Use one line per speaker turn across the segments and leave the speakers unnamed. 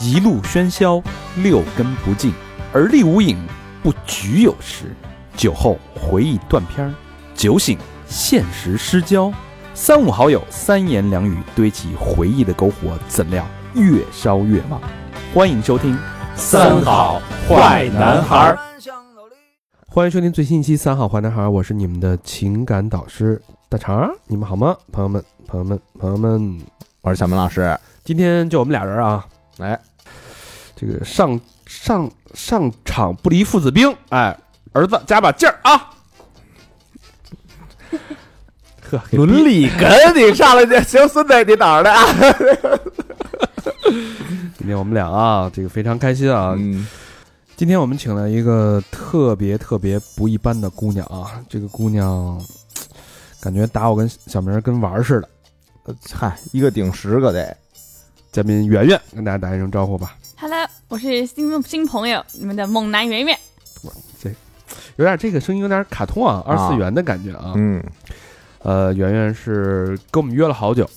一路喧嚣，六根不净，而立无影，不局有时。酒后回忆断片儿，酒醒现实失焦。三五好友，三言两语堆起回忆的篝火，怎料越烧越旺。欢迎收听《
三好坏男孩儿》。
欢迎收听最新一期《三好坏男孩》，我是你们的情感导师大肠儿，你们好吗？朋友们，朋友们，朋友们，
我是小明老师。
今天就我们俩人啊，
哎，
这个上上上场不离父子兵，哎，儿子加把劲儿啊！ 呵，给
伦理哏，你上来就行，孙子，你哪儿的啊？
今天我们俩啊，这个非常开心啊。
嗯，
今天我们请了一个特别特别不一般的姑娘啊，这个姑娘感觉打我跟小明儿跟玩儿似的。
嗨，一个顶十个得。
嘉宾圆圆跟大家打一声招呼吧。
Hello，我是新新朋友，你们的猛男圆圆。
有点这个声音有点卡通啊，二次元的感觉啊。
嗯，
呃，圆圆是跟我们约了好久，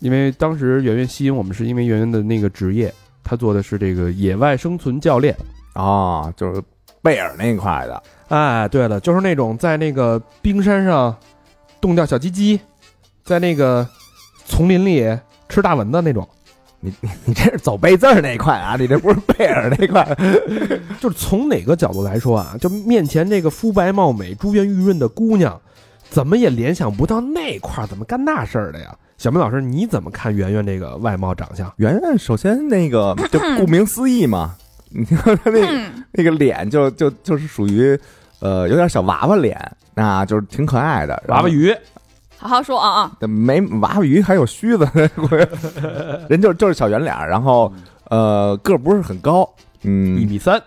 因为当时圆圆吸引我们是因为圆圆的那个职业，她做的是这个野外生存教练。
哦，就是贝尔那一块的。
哎，对了，就是那种在那个冰山上冻掉小鸡鸡，在那个丛林里吃大蚊子那种，
你这是走背字儿那一块啊？你这不是贝尔那 块？
就是从哪个角度来说啊，就面前这个肤白貌美、珠圆玉润的姑娘，怎么也联想不到那块儿怎么干那事儿的呀？小明老师，你怎么看圆圆这个外貌长相？
圆圆首先那个就顾名思义嘛，你看他那个
嗯，
那个脸就就就是属于呃有点小娃娃脸啊，就是挺可爱的
娃娃。鱼，
好好说啊啊！
没娃娃鱼还有须子， 人就就是小圆脸儿，然后呃个儿不是很高，
一
嗯，
米三，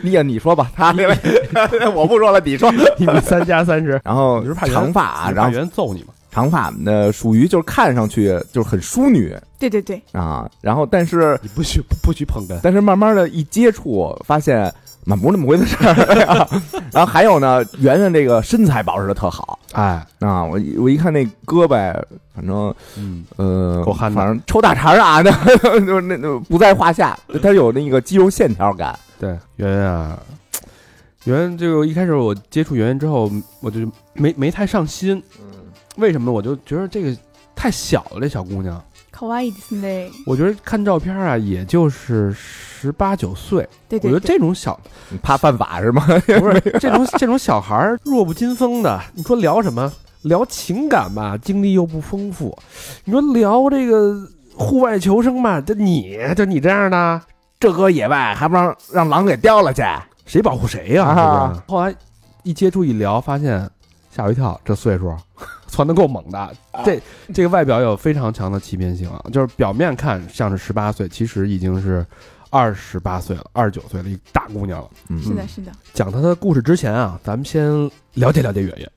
你也你说吧，他那位 我不说了，你说。
一米三加三十，
然后
你是怕圆
长发啊，
你怕
然后
圆揍你吗？
长发呃属于就是看上去就是很淑女
对对对，
啊，然后但是
你不许不不许捧哏，
但是慢慢的一接触，发现满不是那么回事儿、 然后还有呢，圆圆这个身材保持的特好
哎，
啊，我一我一看那胳膊，反正
嗯，
呃，
够憨的
反正抽大肠啊，那 就是那那不在话下，它有那个肌肉线条感。
对，圆圆啊，圆圆这个一开始我接触圆圆之后，我就没没太上心，
嗯
为什么呢？我就觉得这个太小了，这小姑娘。
可爱的是嘞，
我觉得看照片啊，也就是十八九岁。
对
我
对
觉得
对，
这种 小
你怕犯法是吗？
不是这种这种小孩儿弱不禁风的，你说聊什么？聊情感吧，经历又不丰富；你说聊这个户外求生吧，就你就你这样的，
这搁野外还不让让狼给叼了去？
谁保护谁呀、
啊
是不是？后来一接触一聊，发现吓我一跳，这岁数 窜得够猛的。这这个外表有非常强的欺骗性啊，就是表面看像是十八岁，其实已经是二十八岁了、二十九岁了，一大姑娘了。
嗯
是的，是的，
讲她的故事之前啊，咱们先了解了解圆圆。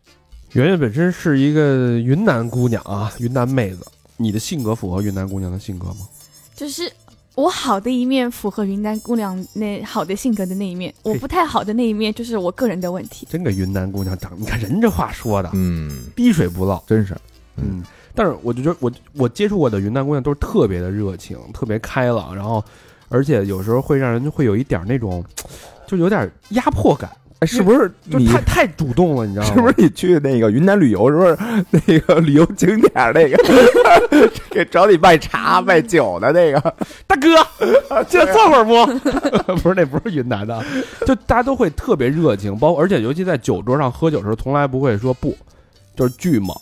圆圆本身是一个云南姑娘啊，云南妹子。你的性格符合云南姑娘的性格吗？
就是我好的一面符合云南姑娘那好的性格的那一面，我不太好的那一面就是我个人的问题。
真给云南姑娘长，你看人这话说的，
嗯，
滴水不漏。
真是
嗯，但是我就觉得我我接触过的云南姑娘都是特别的热情，特别开朗，然后而且有时候会让人会有一点那种，就有点压迫感，
哎，是不是
就
你
太太主动了，你知道 吗？
是不是你去那个云南旅游时候，那个旅游景点儿那个给找你卖茶卖酒的那个？
大哥，这坐会儿不？ 不是，那不是云南的，就大家都会特别热情，包括而且尤其在酒桌上喝酒的时候，从来不会说不，就是巨猛，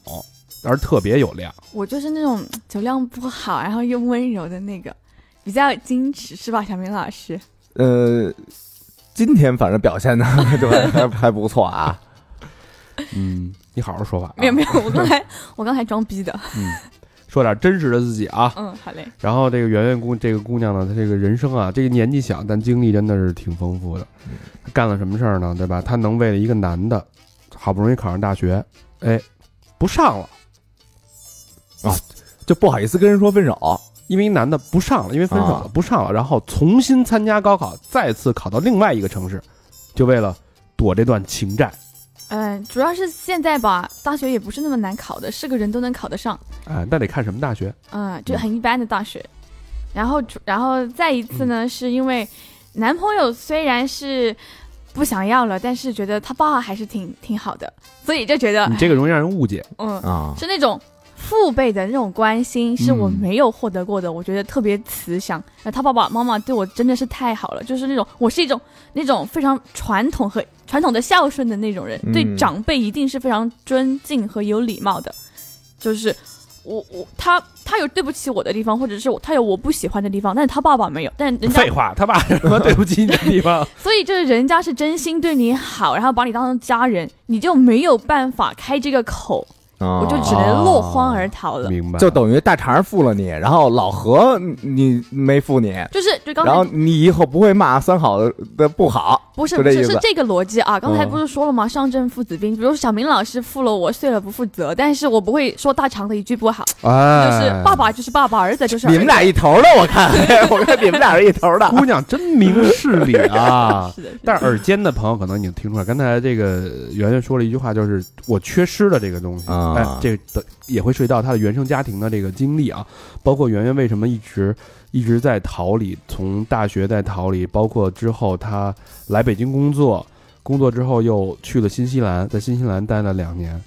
而特别有量。
我就是那种酒量不好，然后又温柔的那个，比较矜持，是吧，小明老师？
啊
呃，今天反正表现的 对还还不错啊。
嗯，你好好说话、啊，
没有没有，我刚 才我刚才装逼的。
说点真实的自己啊。
嗯，好嘞，
然后这个圆圆姑这个姑娘呢，她这个人生啊，这个年纪小，但经历真的是挺丰富的。
嗯
她干了什么事儿呢？对吧？她能为了一个男的，好不容易考上大学，哎，不上了，
就不好意思跟人说分手，
因为一男的不上了，因为分手了、
啊
不上了，然后重新参加高考，再次考到另外一个城市，就为了躲这段情债。
嗯，主要是现在吧，大学也不是那么难考的，是个人都能考得上。
哎，那得看什么大学。
嗯，就很一般的大学，然后主然后再一次呢，是因为男朋友虽然是不想要了，但是觉得他报还是挺挺好的，所以就觉得哎
你这个容易让人误解。
嗯
啊，
是那种父辈的那种关心，是我没有获得过的。我觉得特别慈祥，呃他爸爸妈妈对我真的是太好了，就是那种我是一种那种非常传统和传统的孝顺的那种人，
嗯
对长辈一定是非常尊敬和有礼貌的。就是我我他他有对不起我的地方，或者是我他有我不喜欢的地方，但是他爸爸没有，但 人家
废话，他爸有 什么对不起你的地方？
所以就是人家是真心对你好，然后把你当成家人，你就没有办法开这个口，
我
我就只能落荒而逃了。
明白，
啊呃就等于大肠付了你，然后老何你没付你，
就是就刚才
然后你以后不会骂三好的的不好，
不是
就
不
这意
是
思
是这个逻辑啊！刚才
嗯
不是说了吗？上阵父子兵，比如小明老师负了我，碎了不负责，但是我不会说大肠的一句不好，就
哎，
是爸爸就是爸爸，儿子就是儿
你
子。。
们俩一头的，我看 我看你们俩是一头的。
姑娘真明事理啊
是的， 是的
但是耳尖的朋友可能已经听出来，刚才这个圆圆说了一句话，就是我缺失了这个东西。
啊
哎，这个也会涉及到她的原生家庭的这个经历啊，包括圆圆为什么一直一直在逃离，从大学在逃离，包括之后她来北京工作，工作之后又去了新西兰，在新西兰待了两年。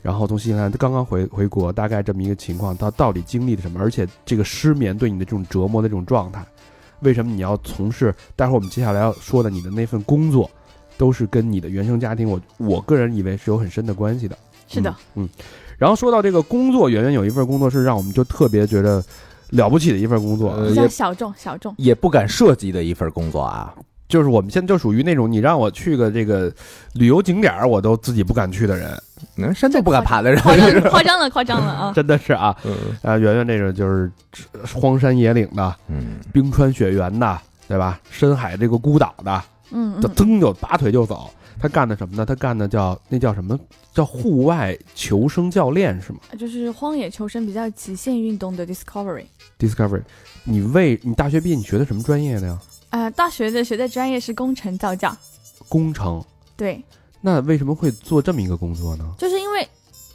然后从新西兰刚刚回回国，大概这么一个情况，她到底经历了什么？而且这个失眠对你的这种折磨的这种状态，为什么你要从事？待会儿我们接下来要说的你的那份工作，都是跟你的原生家庭，我我个人以为是有很深的关系的。
是的，
嗯，嗯。然后说到这个工作，圆圆有一份工作是让我们就特别觉得了不起的一份工作啊，
呃也
比较小众 小众，
也不敢涉及的一份工作啊，
就是我们现在就属于那种你让我去个这个旅游景点儿，我都自己不敢去的人，
嗯，山都不敢爬的人，
夸张夸张了夸张了啊！
真的是啊。
嗯
啊，圆圆这个就是荒山野岭的、
嗯，
冰川雪原的，对吧？深海这个孤岛的，
嗯
就
嗯，
噌就拔腿就走。他干的什么呢？他干的叫那叫什么？叫户外求生教练是吗
就是荒野求生比较极限运动的 Discovery。
？Discovery，你为你大学毕业你学的什么专业的呀？
呃，大学的学的专业是工程造价，
工程。
对，
那为什么会做这么一个工作呢？
就是因为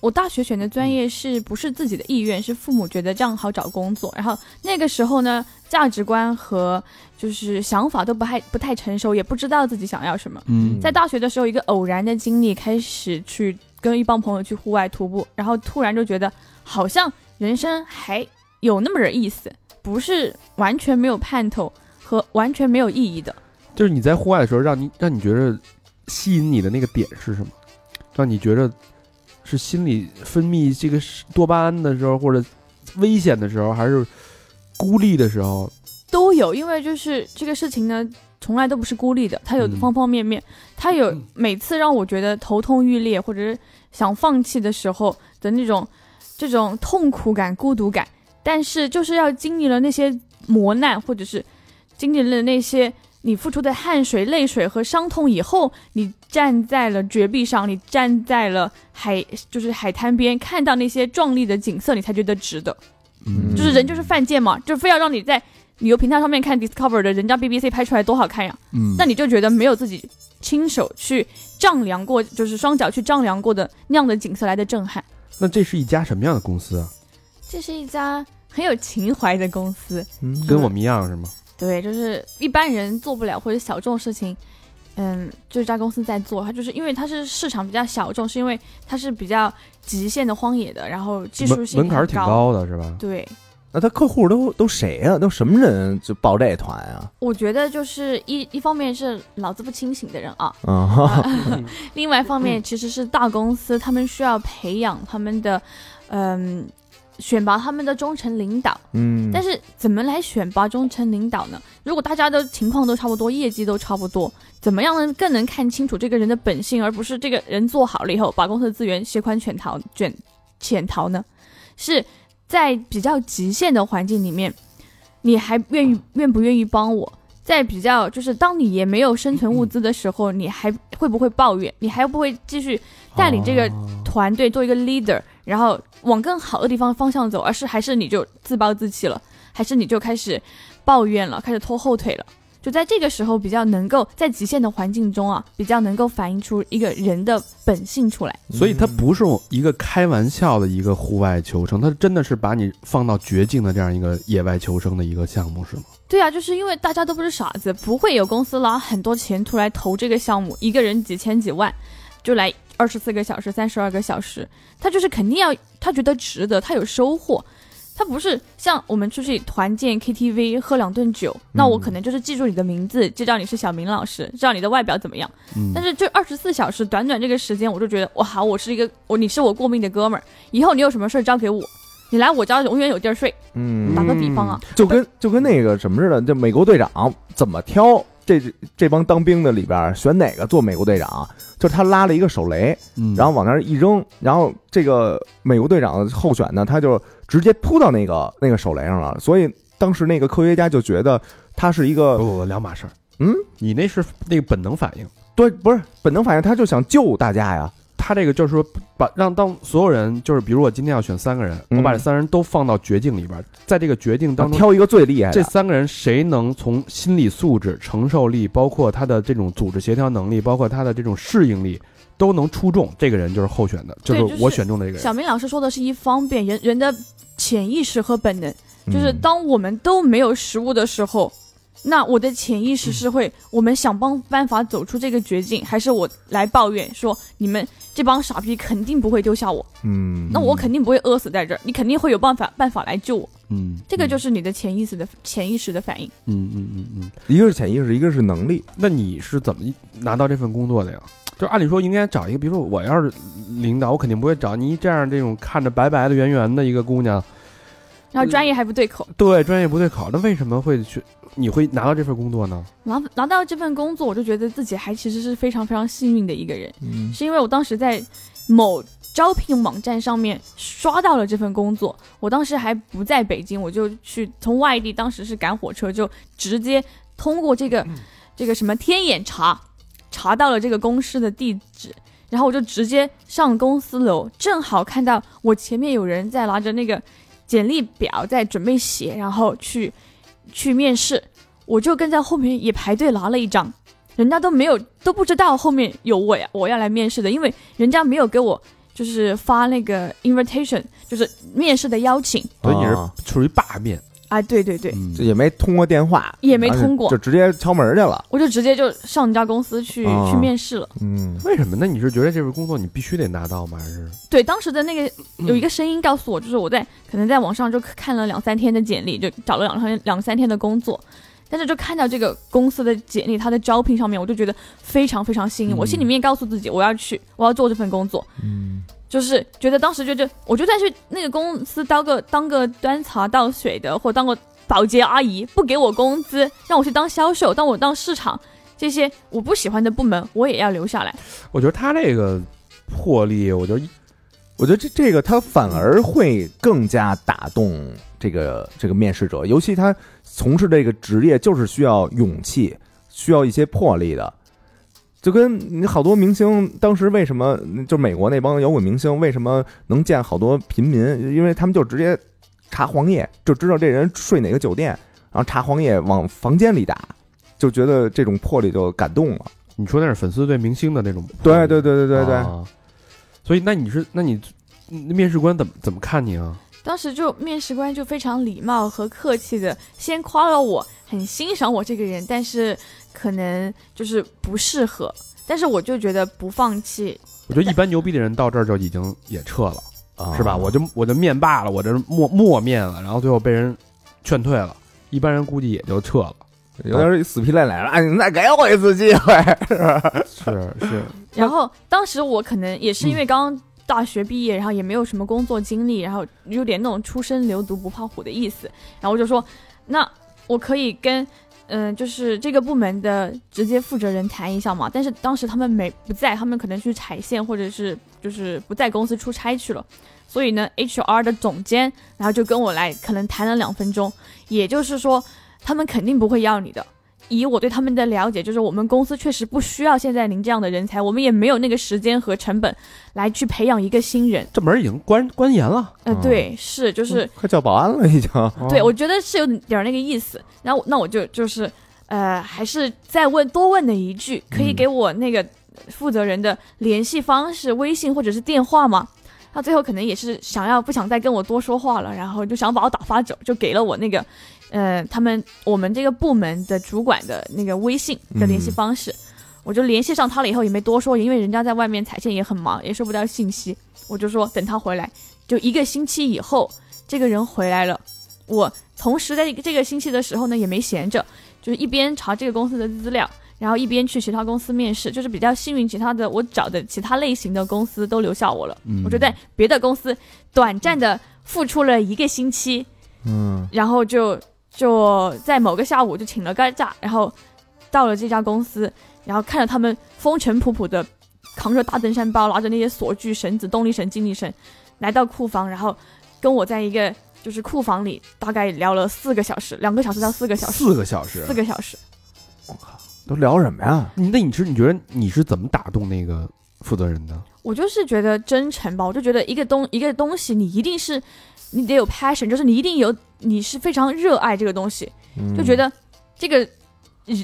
我大学选的专业是不是自己的意愿，是父母觉得这样好找工作。然后那个时候呢，价值观和就是想法都不太不太成熟，也不知道自己想要什么。
嗯
在大学的时候，一个偶然的经历，开始去跟一帮朋友去户外徒步，然后突然就觉得好像人生还有那么点意思，不是完全没有盼头和完全没有意义的。
就是你在户外的时候，让你让你觉得吸引你的那个点是什么？让你觉得是心里分泌这个是多巴胺的时候，或者危险的时候，还是孤立的时候？
都有，因为就是这个事情呢，从来都不是孤立的，它有
嗯
方方面面，它有
嗯
每次让我觉得头痛欲裂或者是想放弃的时候的那种这种痛苦感、孤独感，但是就是要经历了那些磨难，或者是经历了那些你付出的汗水、泪水和伤痛以后，你站在了绝壁上，你站在了海，就是海滩边，看到那些壮丽的景色，你才觉得值得。
嗯
就是人就是犯贱嘛，就非要让你在旅游平台上面看 Discover 的人家 BBC 拍出来多好看呀，
嗯
那你就觉得没有自己亲手去丈量过，就是双脚去丈量过的那样的景色来的震撼。
那这是一家什么样的公司啊？
这是一家很有情怀的公司，
嗯
跟我们一样是吗？
对，就是一般人做不了或者小众事情，嗯，就这家公司在做。它就是因为它是市场比较小众，是因为它是比较极限的荒野的，然后技术
门
性
门槛儿
很
挺高的是吧？
对，
那他客户都都谁呀、都什么人就报这团啊呀、
我觉得就是一一方面是脑子不清醒的人啊，
啊？啊，
另外一方面，其实是大公司他们需要培养他们的，嗯、选拔他们的中层领导。
嗯，
但是怎么来选拔中层领导呢？如果大家都情况都差不多，业绩都差不多，怎么样能更能看清楚这个人的本性，而不是这个人做好了以后把公司的资源携款潜逃卷潜逃呢？是在比较极限的环境里面，你还愿意愿不愿意帮我？在比较就是当你也没有生存物资的时候，你还会不会抱怨？你还会不会继续带领这个
哦
团队做一个 leader，然后往更好的地方方向走，而是还是你就自暴自弃了，还是你就开始抱怨了，开始拖后腿了？就在这个时候比较能够在极限的环境中啊，比较能够反映出一个人的本性出来。
所以它不是一个开玩笑的一个户外求生，它真的是把你放到绝境的这样一个野外求生的一个项目，是吗？
对啊，就是因为大家都不是傻子，不会有公司拿很多钱出来投这个项目，一个人几千几万，就来二十四个小时、三十二个小时，他就是肯定要他觉得值得，他有收获。他不是像我们出去团建 KTV 喝两顿酒，那我可能就是记住你的名字，知道你是小明老师，知道你的外表怎么样。
嗯
但是这二十四小时短短这个时间，我就觉得哇，好，我是一个我你是我过命的哥们儿，以后你有什么事儿交给我，你来我家永远有地儿睡。
嗯
打个比方啊，
就跟就跟那个什么似的，就美国队长怎么挑这这帮当兵的里边儿选哪个做美国队长，啊就是他拉了一个手雷，
嗯
然后往那儿一扔，然后这个美国队长候选呢，他就直接扑到那个那个手雷上了，所以当时那个科学家就觉得他是一
不
个
不不两码事儿，
嗯，
呃你那是那个本能反应，
对，不是本能反应，他就想救大家呀，
他这个就是说把让当所有人就是比如我今天要选三个人，
嗯
我把这三人都放到绝境里边儿，在这个绝境当中。
挑一个最厉害
这
的，
三个人谁能从心理素质、承受力，包括他的这种组织协调能力，包括他的这种适应力，都能出众，这个人就是候选的，就
对
是
就是
我选中的这个人。
小明老师说的是一方面，人人的潜意识和本能，
嗯
就是当我们都没有食物的时候，那我的潜意识是会，我们想帮办法走出这个绝境，还是我来抱怨说你们这帮傻逼肯定不会丢下我，
嗯，
那我肯定不会饿死在这儿，你肯定会有办法办法来救我，
嗯，
这个就是是你的潜意识的潜意识的反应。
嗯嗯嗯嗯。
一个是潜意识，一个是能力，
那你是怎么拿到这份工作的呀？就按理说应该找一个，比如说我要是领导，我肯定不会找你这样这种看着白白的、圆圆的一个姑娘，
然后专业还不对口，
对专业不对口，那为什么会去？你会拿到这份工作呢？
拿拿到这份工作，我就觉得自己还其实是非常非常幸运的一个人，
嗯
是因为我当时在某招聘网站上面刷到了这份工作，我当时还不在北京，我就去从外地，当时是赶火车，就直接通过这个、这个什么天眼查，查到了这个公司的地址。然后我就直接上公司楼，正好看到我前面有人在拿着那个简历表在准备写，然后去去面试，我就跟在后面也排队拿了一张，人家都没有都不知道后面有我呀，我要来面试的，因为人家没有给我就是发那个 invitation，就是面试的邀请
所以你
哦
啊
是处于罢面，
啊，对对对，
嗯
这也没通过电话，
也没通过
就直接敲门去了，
我就直接就上人家公司去、
啊
去面试了。
嗯
为什么？那你是觉得这份工作你必须得拿到吗？还是
对，当时的那个有一个声音告诉我，就是我在可能在网上就看了两三天的简历，就找了两三两三天的工作，但是就看到这个公司的简历，它的招聘上面，我就觉得非常非常新颖。我心里面告诉自己，我要去，我要做这份工作，
嗯
就是觉得当时就就我就算去那个公司当个当个端茶倒水的，或当个保洁阿姨，不给我工资，让我去当销售，当我当市场这些我不喜欢的部门，我也要留下来。
我觉得他这个魄力，我觉得
我觉得这这个他反而会更加打动这个这个面试者，尤其他从事这个职业就是需要勇气，需要一些魄力的。就跟你好多明星当时为什么就美国那帮摇滚明星为什么能见好多贫民，因为他们就直接查黄页，就知道这人睡哪个酒店，然后查黄页往房间里打，就觉得这种魄力就感动了。
你说那是粉丝对明星的那种魄
对
力，
对对对对对，
啊所以那你是那你那面试官怎么怎么看你啊？
当时就面试官就非常礼貌和客气的，先夸了我，很欣赏我这个人，但是可能就是不适合。但是我就觉得不放弃，
我觉得一般牛逼的人到这儿就已经也撤了。
啊
是吧？我就我就面霸了，我这默默面了，然后最后被人劝退了，一般人估计也就撤了。
有点死皮赖脸了，哎，你再给我一次机会。
是是，
然后当时我可能也是因为刚刚大学毕业，然后也没有什么工作经历，然后有点那种初生牛犊不怕虎的意思，然后我就说，那我可以跟。嗯，就是这个部门的直接负责人谈一下嘛，但是当时他们没不在，他们可能去踩线或者是就是不在公司出差去了，所以呢，HR 的总监然后就跟我来可能谈了两分钟，也就是说他们肯定不会要你的，以我对他们的了解，就是我们公司确实不需要现在您这样的人才，我们也没有那个时间和成本来去培养一个新人。
这门儿已经关关严了。
呃
哦，
对，是就是，
快叫保安了，已经。
对我觉得是有点儿那个意思。然后那我就就是呃，还是再问多问的一句，可以
嗯
给我那个负责人的联系方式、微信或者是电话吗？他最后可能也是想要不想再跟我多说话了，然后就想把我打发走，就给了我那个，呃，他们我们这个部门的主管的那个微信的联系
嗯
方式。我就联系上他了以后也没多说，因为人家在外面踩线也很忙，也收不到信息。我就说等他回来，就一个星期以后，这个人回来了。我同时在这个星期的时候呢，也没闲着，就是一边查这个公司的资料，然后一边去其他公司面试。就是比较幸运，其他的我找的其他类型的公司都留下我了。
嗯
我就在别的公司短暂的付出了一个星期，
嗯
然后就就在某个下午就请了个假，然后到了这家公司，然后看着他们风尘仆仆的扛着大登山包，拿着那些锁具、绳子、动力绳、静力绳，来到库房，然后跟我在一个就是库房里大概聊了四个小时，两个小时到四个小时，
四个小时
四，个小时。
都聊什么呀？
你那你是你觉得你是怎么打动那个负责人的？
我就是觉得真诚吧，我就觉得一个东一个东西，你一定是你得有 passion，就是你一定有你是非常热爱这个东西，
嗯
就觉得这个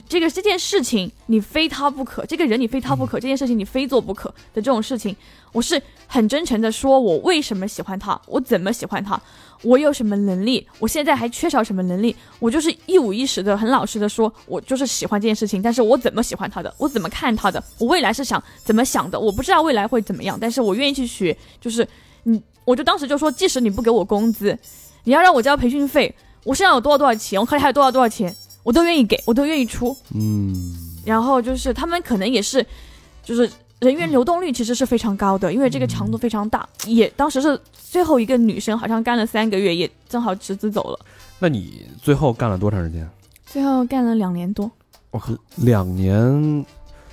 这个这件事情你非他不可，这个人你非他不可，这件事情你非做不可的这种事情，我是很真诚的说，我为什么喜欢他，我怎么喜欢他，我有什么能力，我现在还缺少什么能力，我就是一五一十的、很老实的说，我就是喜欢这件事情，但是我怎么喜欢他的，我怎么看他的，我未来是想怎么想的，我不知道未来会怎么样，但是我愿意去学，就是你，我就当时就说，即使你不给我工资，你要让我交培训费，我身上有多少多少钱，我口里还有多少多少钱，我都愿意给，我都愿意出。
嗯，
然后就是他们可能也是，就是人员流动率其实是非常高的，因为这个强度非常大。也当时是最后一个女生，好像干了三个月，也正好辞职走了。
那你最后干了多长时间？
最后干了两年多，
我靠，两年，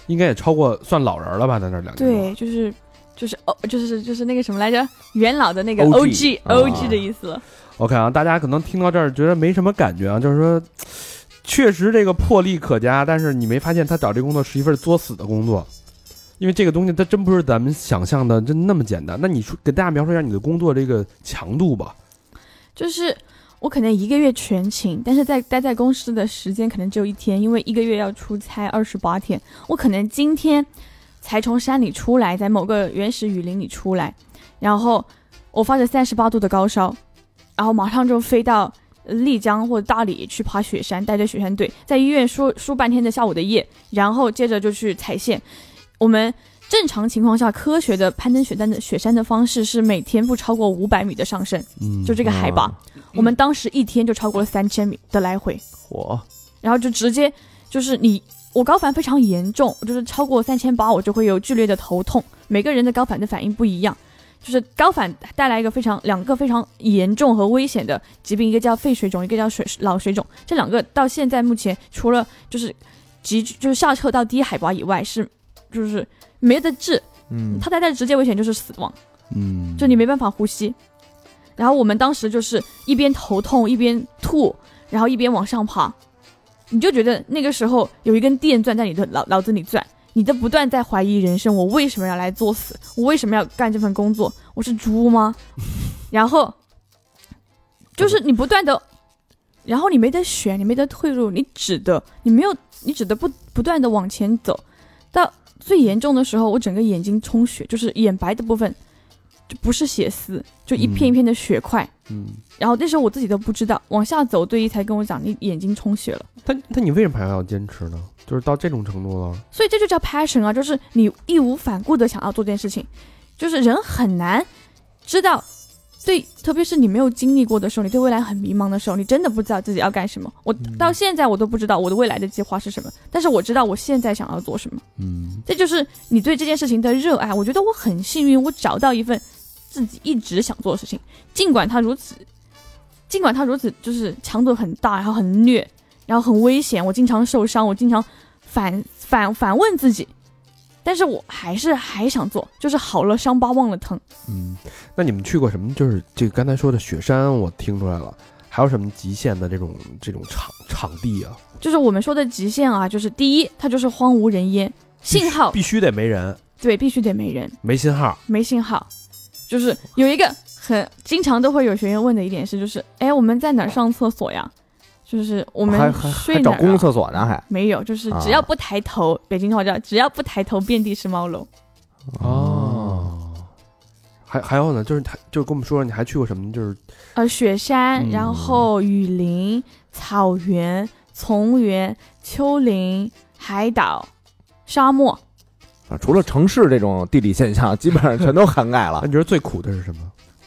应该也超过算老人了吧？在那儿两年，
对，，就是就是哦，就是就是那个什么来着，元老的那个
OG
OG
啊
OG 的意思了。
OK 啊，大家可能听到这儿觉得没什么感觉啊，就是说，确实这个魄力可嘉，但是你没发现他找这工作是一份作死的工作，因为这个东西它真不是咱们想象的真那么简单。那你说给大家描述一下你的工作这个强度吧。
就是我可能一个月全勤，但是在待在公司的时间可能只有一天，因为一个月要出差二十八天。我可能今天才从山里出来，在某个原始雨林里出来，然后我发着三十八度的高烧，然后马上就飞到呃丽江或者大理去爬雪山，带着雪山队在医院输输半天的下午的夜，然后接着就去踩线。我们。正常情况下，科学的攀登雪山的雪山的方式是每天不超过五百米的上升，
嗯
就这个海拔。
哦
我们当时一天就超过了三千米的来回，
我
然后就直接就是你我高反非常严重，就是超过三千八我就会有剧烈的头痛。每个人的高反的反应不一样，就是高反带来一个非常两个非常严重和危险的疾病，一个叫肺水肿，一个叫水脑水肿。这两个到现在目前除了就是急剧就是下撤到低海拔以外是就是没得治，
嗯，
它带来的直接危险就是死亡。
嗯，
就你没办法呼吸。然后我们当时就是一边头痛一边吐，然后一边往上爬，你就觉得那个时候有一根电钻在你的脑脑子里转，你的不断在怀疑人生，我为什么要来作死？我为什么要干这份工作？我是猪吗？然后就是你不断的，然后你没得选，你没得退路，你只得你没有，你只得不不断的往前走。到最严重的时候，我整个眼睛充血，就是眼白的部分就不是血丝，就一片一片的血块。
嗯，
然后那时候我自己都不知道，往下走，队医才跟我讲，你眼睛充血了。
但但你为什么还要坚持呢？就是到这种程度了，
所以这就叫 passion 啊，就是你义无反顾的想要做这件事情，就是人很难知道。对，特别是你没有经历过的时候，你对未来很迷茫的时候，你真的不知道自己要干什么。我到现在我都不知道我的未来的计划是什么，但是我知道我现在想要做什么。
嗯，
这就是你对这件事情的热爱。我觉得我很幸运，我找到一份自己一直想做的事情，尽管它如此，尽管它如此就是强度很大，然后很虐，然后很危险，我经常受伤，我经常反反反问自己，但是我还是还想做，就是好了伤疤忘了疼。
嗯，那你们去过什么？就是这个刚才说的雪山，我听出来了，还有什么极限的这种这种场场地啊？
就是我们说的极限啊，就是第一，它就是荒无人烟，信号
必须得没人，
对必须得没人，
没信号。
没信号，就是有一个很经常都会有学员问的一点是，就是哎我们在哪儿上厕所呀？就是我
还
们
还
睡
还找
哪
啊
儿
公共
啊？
厕所呢，还
没有，就是只要不抬头，北京话叫只要不抬头，遍地是猫笼。
哦，还还有呢，就是他就是跟我们说说你还去过什么，就是
呃，雪山，
嗯
然后雨林、草原、丛林、丘陵、海岛、沙漠，
啊除了城市这种地理现象，基本上全都涵盖
啊
了。
你觉得最苦的是什么？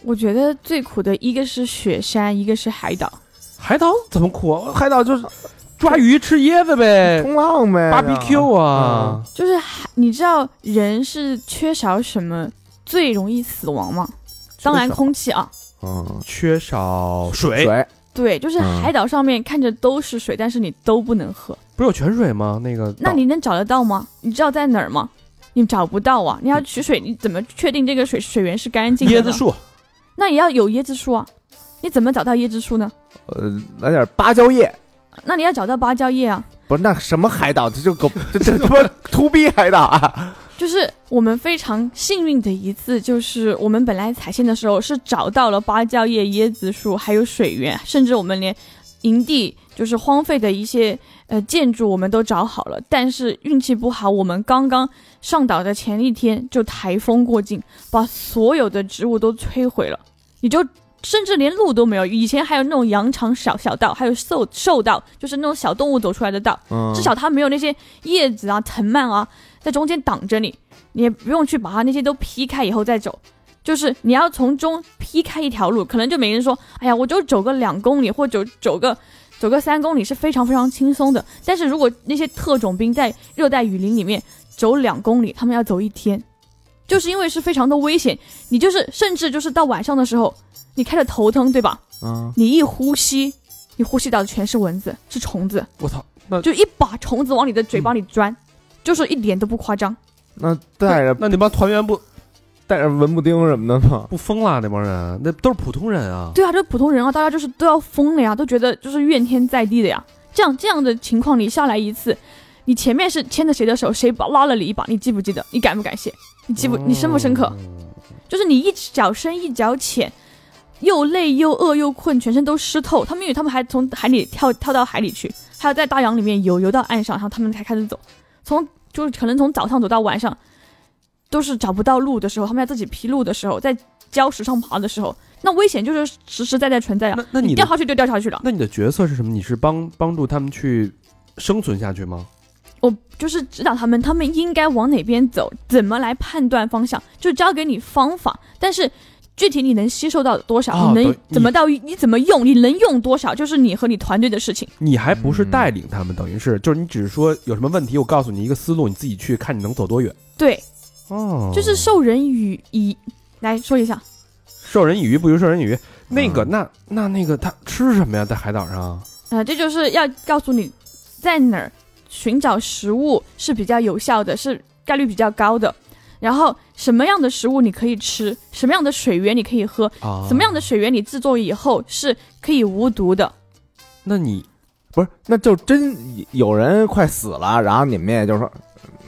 我觉得最苦的一个是雪山，一个是海岛。
海岛怎么苦啊？
海岛就是
抓鱼吃椰子呗
冲浪呗
，barbecue 啊，
就是海，你知道人是缺少什么最容易死亡吗？当然空气啊。
嗯，
缺少水，
水
对，就是
嗯
海岛上面看着都是水，但是你都不能喝，
不是有泉水吗？那个岛，
那你能找得到吗？你知道在哪儿吗？你找不到啊！你要取水，你怎么确定这个水水源是干净的？
椰子，树，
那也要有椰子树啊！你怎么找到椰子树呢？
呃，来点芭蕉叶。
那你要找到芭蕉叶啊！
不是那什么海岛，这就狗，这这他妈 to B 海岛啊！
就是我们非常幸运的一次，就是我们本来踩线的时候是找到了芭蕉叶、椰子树，还有水源，甚至我们连营地就是荒废的一些呃建筑我们都找好了。但是运气不好，我们刚刚上岛的前一天就台风过境，把所有的植物都摧毁了，你就。甚至连路都没有，以前还有那种羊肠小小道，还有兽兽道，就是那种小动物走出来的道，
嗯
至少它没有那些叶子啊、藤蔓啊在中间挡着你，你也不用去把它那些都劈开以后再走。就是你要从中劈开一条路，可能就每个人说：“哎呀，我就走个两公里，或者走走个走个三公里是非常非常轻松的。”但是如果那些特种兵在热带雨林里面走两公里，他们要走一天，就是因为是非常的危险。你就是甚至就是到晚上的时候，你开着头灯，对吧？
嗯，
你一呼吸，你呼吸到的全是蚊子，是虫子。
我操，那
就一把虫子往你的嘴巴里钻，就是一点都不夸张。
那带着
那你帮团员不
带着文布丁什么的吗？
不疯了？那帮人，那都是普通人啊。
对啊，这普通人啊，大家就是都要疯了呀，都觉得就是怨天在地的呀。这样这样的情况，你下来一次，你前面是牵着谁的手，谁把拉了你一把，你记不记得？你感不感谢？你记不？你深不深刻？
嗯
就是你一脚深一脚浅，又累又饿又困，全身都湿透。他们因为他们还从海里跳跳到海里去，还有在大洋里面游游到岸上，然后他们才开始走。从就是可能从早上走到晚上，都是找不到路的时候，他们要自己劈路的时候，在礁石上爬的时候，那危险就是实实在在存在啊！
那那你
掉
的
下去就掉下去了。
那你的角色是什么？你是帮帮助他们去生存下去吗？
我就是指导他们，他们应该往哪边走，怎么来判断方向，就教给你方法。但是具体你能吸收到多少，
啊
你能
对
怎么到，你怎么用，你能用多少，就是你和你团队的事情。
你还不是带领他们，等于是
嗯
就是你只是说有什么问题，我告诉你一个思路，你自己去看你能走多远。
对，
哦
就是授人以以来说一下，
授人以鱼不如授人以渔。那
嗯
个，那那那个，他吃什么呀？在海岛上，
呃，这就是要告诉你在哪儿寻找食物是比较有效的，是概率比较高的。然后什么样的食物你可以吃，什么样的水源你可以喝，
啊
什么样的？水源你制作以后是可以无毒的。
那你，
不是，那就真有人快死了，然后你们也就说，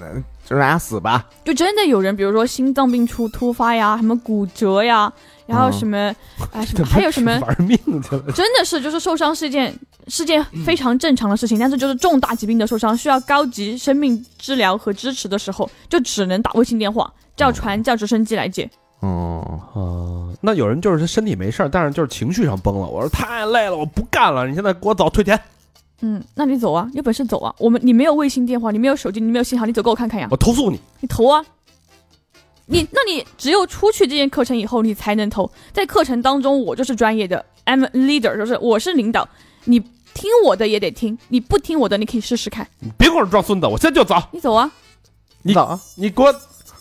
嗯就让他死吧。
就真的有人，比如说心脏病出突发呀，什么骨折呀，然后什么啊、 哎什么，还有什么
玩命去了？
真的是就是受伤是一件是件非常正常的事情，但是就是重大疾病的受伤，需要高级生命治疗和支持的时候，就只能打卫星电话，叫船叫直升机来接。
嗯，
啊，那有人就是他身体没事儿，但是就是情绪上崩了。我说太累了，我不干了，你现在给我走，退钱，
嗯，那你走啊，有本事走啊！我们你没有卫星电话，你没有手机，你没有信号，你走给我看看呀！
我投诉你。
你投啊！你那你只有出去这件课程以后，你才能投。在课程当中，我就是专业的，I'm a leader，就是我是领导，你听我的也得听，你不听我的，你可以试试看。
你别跟我装孙子，我现在就走。
你走啊！
你
走啊，
你给我，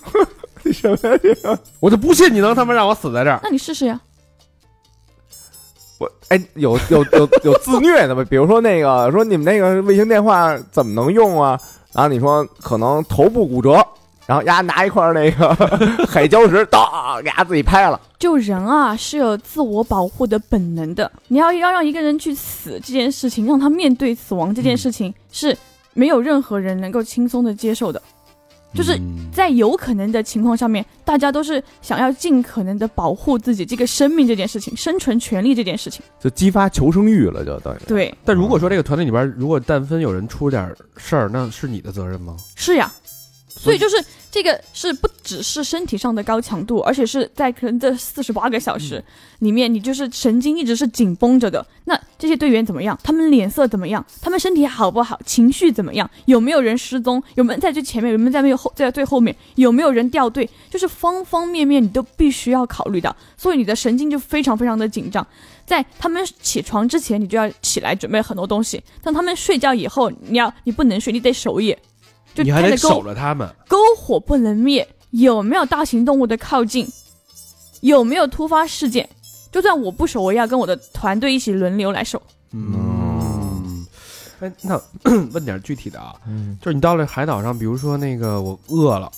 你什么呀？你啊
我就不信你能他妈让我死在这儿。
那你试试呀。
我哎， 有有有有自虐的吗？比如说那个 说你们那个卫星电话怎么能用啊？然后你说可能头部骨折，然后丫拿一块那 个海礁石，当给丫自己拍了。
就人啊是有自我保护的本能的，你要要让一个人去死这件事情，嗯让他面对死亡这件事情、是没有任何人能够轻松的接受的。就是
嗯
在有可能的情况下面，大家都是想要尽可能的保护自己这个生命这件事情、生存权利这件事情。
就激发求生欲了，就等于。
对，
但如果说这个团队里边，如果但分有人出点事儿，那是你的责任吗？
是呀，
所
所以就是这个是不只是身体上的高强度，而且是在可能这四十八个小
嗯
时里面，你就是神经一直是紧绷着的。那这些队员怎么样？他们脸色怎么样？他们身体好不好？情绪怎么样？有没有人失踪？有没有人在最前面？有没有在没有后在最后面？有没有人掉队？就是方方面面你都必须要考虑到，所以你的神经就非常非常的紧张。在他们起床之前，你就要起来准备很多东西；当他们睡觉以后，你要你不能睡，你得守夜，就
你还
看
得
着篝
守着他们。
篝火不能灭，有没有大型动物的靠近，有没有突发事件。就算我不守，我也要跟我的团队一起轮流来守。
嗯，哎，那 问点具体的啊，
嗯，
就是你到了海岛上，比如说那个我饿了，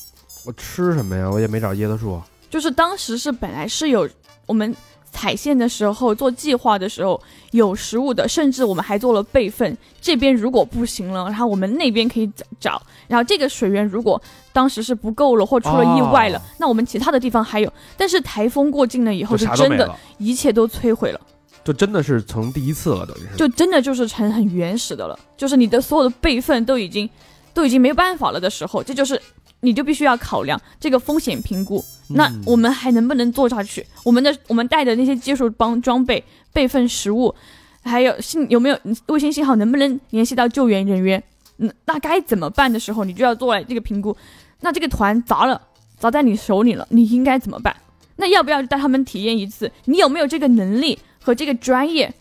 我吃什么呀？我也没找椰子树。啊
就是当时是本来是有我们踩线的时候做计划的时候有食物的，甚至我们还做了备份。这边如果不行了，然后我们那边可以找找。然后这个水源如果当时是不够了或出了意外了，
哦
那我们其他的地方还有。但是台风过境了以后，
就
就
啥都
哦真
没
的
了，
一切都摧毁了。
就真的是成第一次了，等于是。
就真的就是成很原始的了，就是你的所有的备份都已经都已经没办法了的时候，这就是你就必须要考量这个风险评估。那
嗯
我们还能不能做下去？我们的我们带的那些技术帮装备、备份食物，还有信有没有卫星信号，能不能联系到救援人员？嗯，那该怎么办的时候，你就要做了这个评估。那这个团砸了，砸在你手里了，你应该怎么办？那要不要带他们体验一次？你有没有这个能力和这个专业，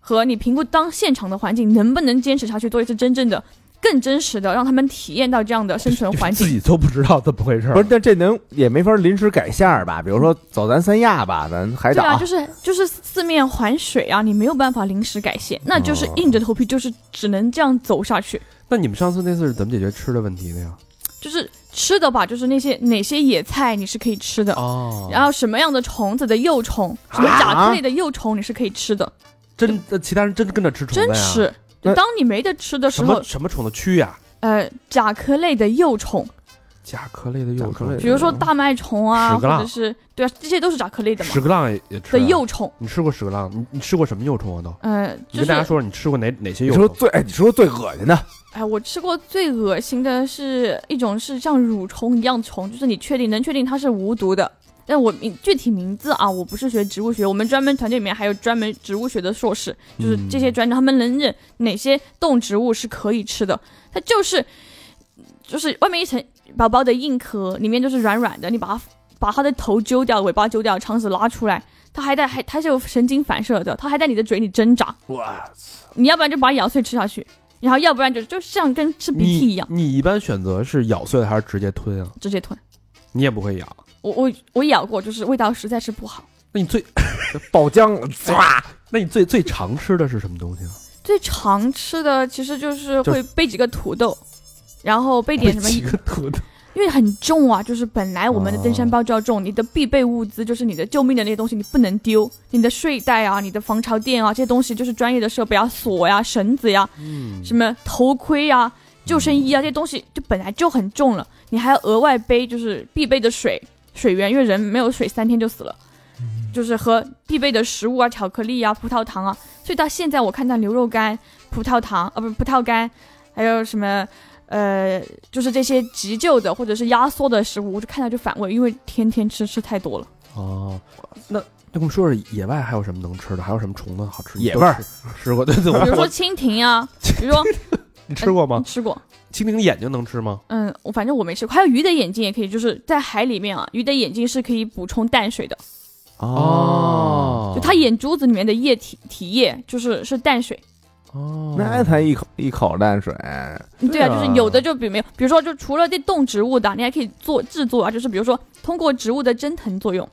和你评估当现场的环境能不能坚持下去，做一次真正的、更真实的，让他们体验到这样的生存环 境
自。己都不知道怎么回事儿，
不是，但这能也没法临时改线儿吧？比如说走咱三亚吧，咱海
对
岛。
啊，就是就是四面环水啊，你没有办法临时改线，那就是硬着头皮，就是只能这样走下去。
那你们上次那次是怎么解决吃的问题的呀？
就是吃的吧，就是那些哪些野菜你是可以吃的，
哦啊
然后什么样的虫子的幼虫，什么甲壳类的幼虫你是可以吃的，
真呃其他人真跟着吃虫子
真
呀？
吃。就
那
当你没得吃的时
什
候
么，什么虫子蛆呀？
呃，甲壳类的幼虫，
甲壳类的幼
甲壳类
虫，
的
比如说大麦虫啊，
屎壳
或
郎
者是对啊，这些都是甲壳类的嘛
屎壳郎也也吃
的
啊
幼虫。
你吃过屎壳郎？你你吃过什么幼虫啊？都，
呃，
你
就
跟
是
大家说说你吃过哪哪些
你
幼
说
虫？
最哎，你说最恶心的，
哎，我吃过最恶心的是一种是像蠕虫一样虫，就是你确定能确定它是无毒的。但我名具体名字啊，我不是学植物学，我们专门团队里面还有专门植物学的硕士，就是这些专家他们能认哪些动植物是可以吃的。它就是就是外面一层薄薄的硬壳，里面就是软软的，你把它把它的头揪掉，尾巴揪掉，肠子拉出来，它还在还它是有神经反射的，它还在你的嘴里挣扎。
哇，
你要不然就把咬碎吃下去，然后要不然就就像跟吃鼻涕一
你
样
你一般选择是咬碎的还是直接吞啊？
直接吞。
你也不会咬，
我我我咬过，就是味道实在是不好。
那你最
爆浆了，唰，
那你最最常吃的是什么东西啊？
最常吃的其实就是会备几个土豆，然后备点什么，
几个土豆？
因为很重啊，就是本来我们的登山包就要重，你的必备物资就是你的救命的那些东西，你不能丢，你的睡袋啊，你的防潮垫啊，这些东西就是专业的设备啊，锁呀、绳子呀、
嗯
什么头盔呀、救生衣啊，这些东西就本来就很重了，你还要额外背就是必备的水水源，因为人没有水三天就死了，就是和必备的食物啊、巧克力啊、葡萄糖啊，所以到现在我看到牛肉干、葡萄糖啊，不葡萄干，还有什么呃，就是这些急救的或者是压缩的食物，我就看到就反胃，因为天天吃吃太多了。
哦，那那跟我们说说野外还有什么能吃的？还有什么虫子好吃？
野味儿
你都吃吃过？对对，
比如
我
说
我
蜻蜓啊，比如说
你吃过吗
嗯？吃过，
蜻蜓眼睛能吃吗？
嗯，我反正我没吃过。还有鱼的眼睛也可以，就是在海里面啊，鱼的眼睛是可以补充淡水的。
哦，
就它眼珠子里面的液体体液就是是淡水。
哦，
那才一口一口淡水，
对啊，
对啊
就是有的就比没有，比如说就除了这动植物的，你还可以做制作啊，就是比如说通过植物的蒸腾作用，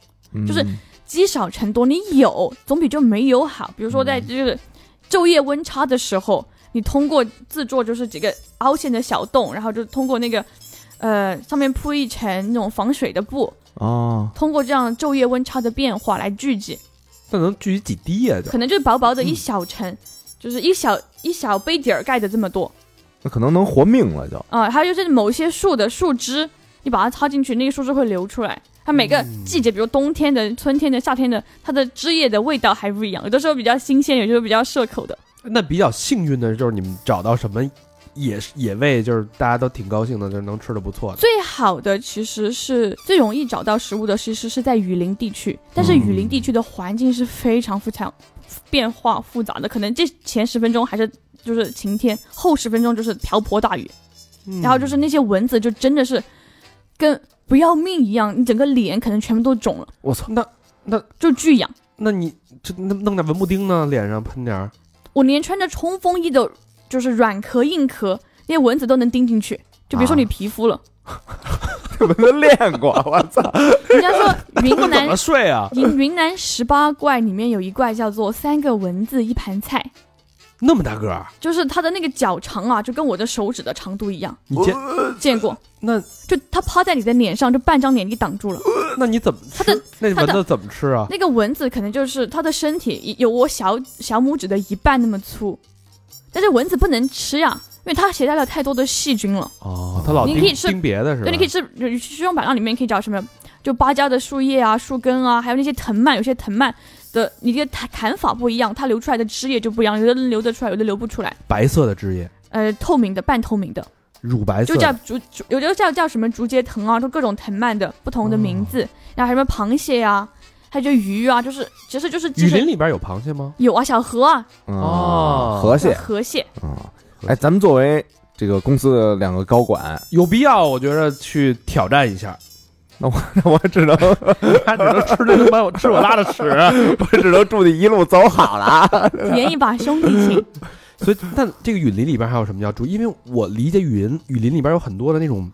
就是
嗯
积少成多，你有总比就没有好。比如说在这个昼夜温差的时候，你通过制作就是几个凹陷的小洞，然后就通过那个呃上面铺一层那种防水的布，
哦，
通过这样昼夜温差的变化来聚集，
那能聚集几滴呀？就
可能就是薄薄的一小层，就是一小一小杯底儿盖的这么多。
那可能能活命了就。
啊、还有就是某些树的树枝，你把它插进去，那个树枝会流出来。它每个季节，比如冬天的、春天的、夏天的，它的枝叶的味道还不一样，有的时候比较新鲜，有的时候比较涩口的。
那比较幸运的就是你们找到什么野野味，就是大家都挺高兴的，就是能吃的不错的。
最好的其实是最容易找到食物的，其实是在雨林地区，但是雨林地区的环境是非常非常变化复杂的，可能这前十分钟还是就是晴天，后十分钟就是瓢泼大雨，
嗯
然后就是那些蚊子就真的是跟不要命一样，你整个脸可能全部都肿了，
我操，那
就巨痒。
那你这弄弄点蚊不叮呢，脸上喷点儿，
我连穿着冲锋衣的，就是软壳硬壳，那些蚊子都能叮进去。就别说你皮肤了，
我都练过，我操！
人家说云
怎么
南
睡啊？
云云南十八怪里面有一怪叫做三个蚊子一盘菜，
那么大个儿，
就是它的那个脚长啊，就跟我的手指的长度一样，
你见
见过？
那
就它趴在你的脸上，就半张脸给挡住了。
那你怎么吃
它的？
那
它
蚊
的
子怎么吃啊？
那个蚊子可能就是它的身体有我小小拇指的一半那么粗，但是蚊子不能吃呀、因为它携带了太多的细菌了。
哦，它老
你
叮
可以吃
叮别的是吧？
对，你可以吃就食用板料里面可以找什么？就芭蕉的树叶啊、树根啊，还有那些藤蔓，有些藤蔓的你这个砍砍法不一样，它流出来的汁液就不一样，有的流得出来，有的流不出来。
白色的枝叶，
呃，透明的、半透明的，
乳白色
就
的，
叫竹竹，有的叫叫什么竹节藤啊，就各种藤蔓的不同的名字，然后还有什么螃蟹啊，还有就鱼啊，就是其实就是
雨
之前
林里边有螃蟹吗？
有啊，小河啊，
嗯
哦
河
小
蟹
河蟹，
啊，哎，咱们作为这个公司的两个高管，
有必要，我觉得去挑战一下。
那我只能
他只能吃那他妈吃我拉的屎，
我只能祝你一路走好了啊。
连一把兄弟情。
所以但这个雨林里边还有什么要注意？因为我理解雨林雨林里边有很多的那种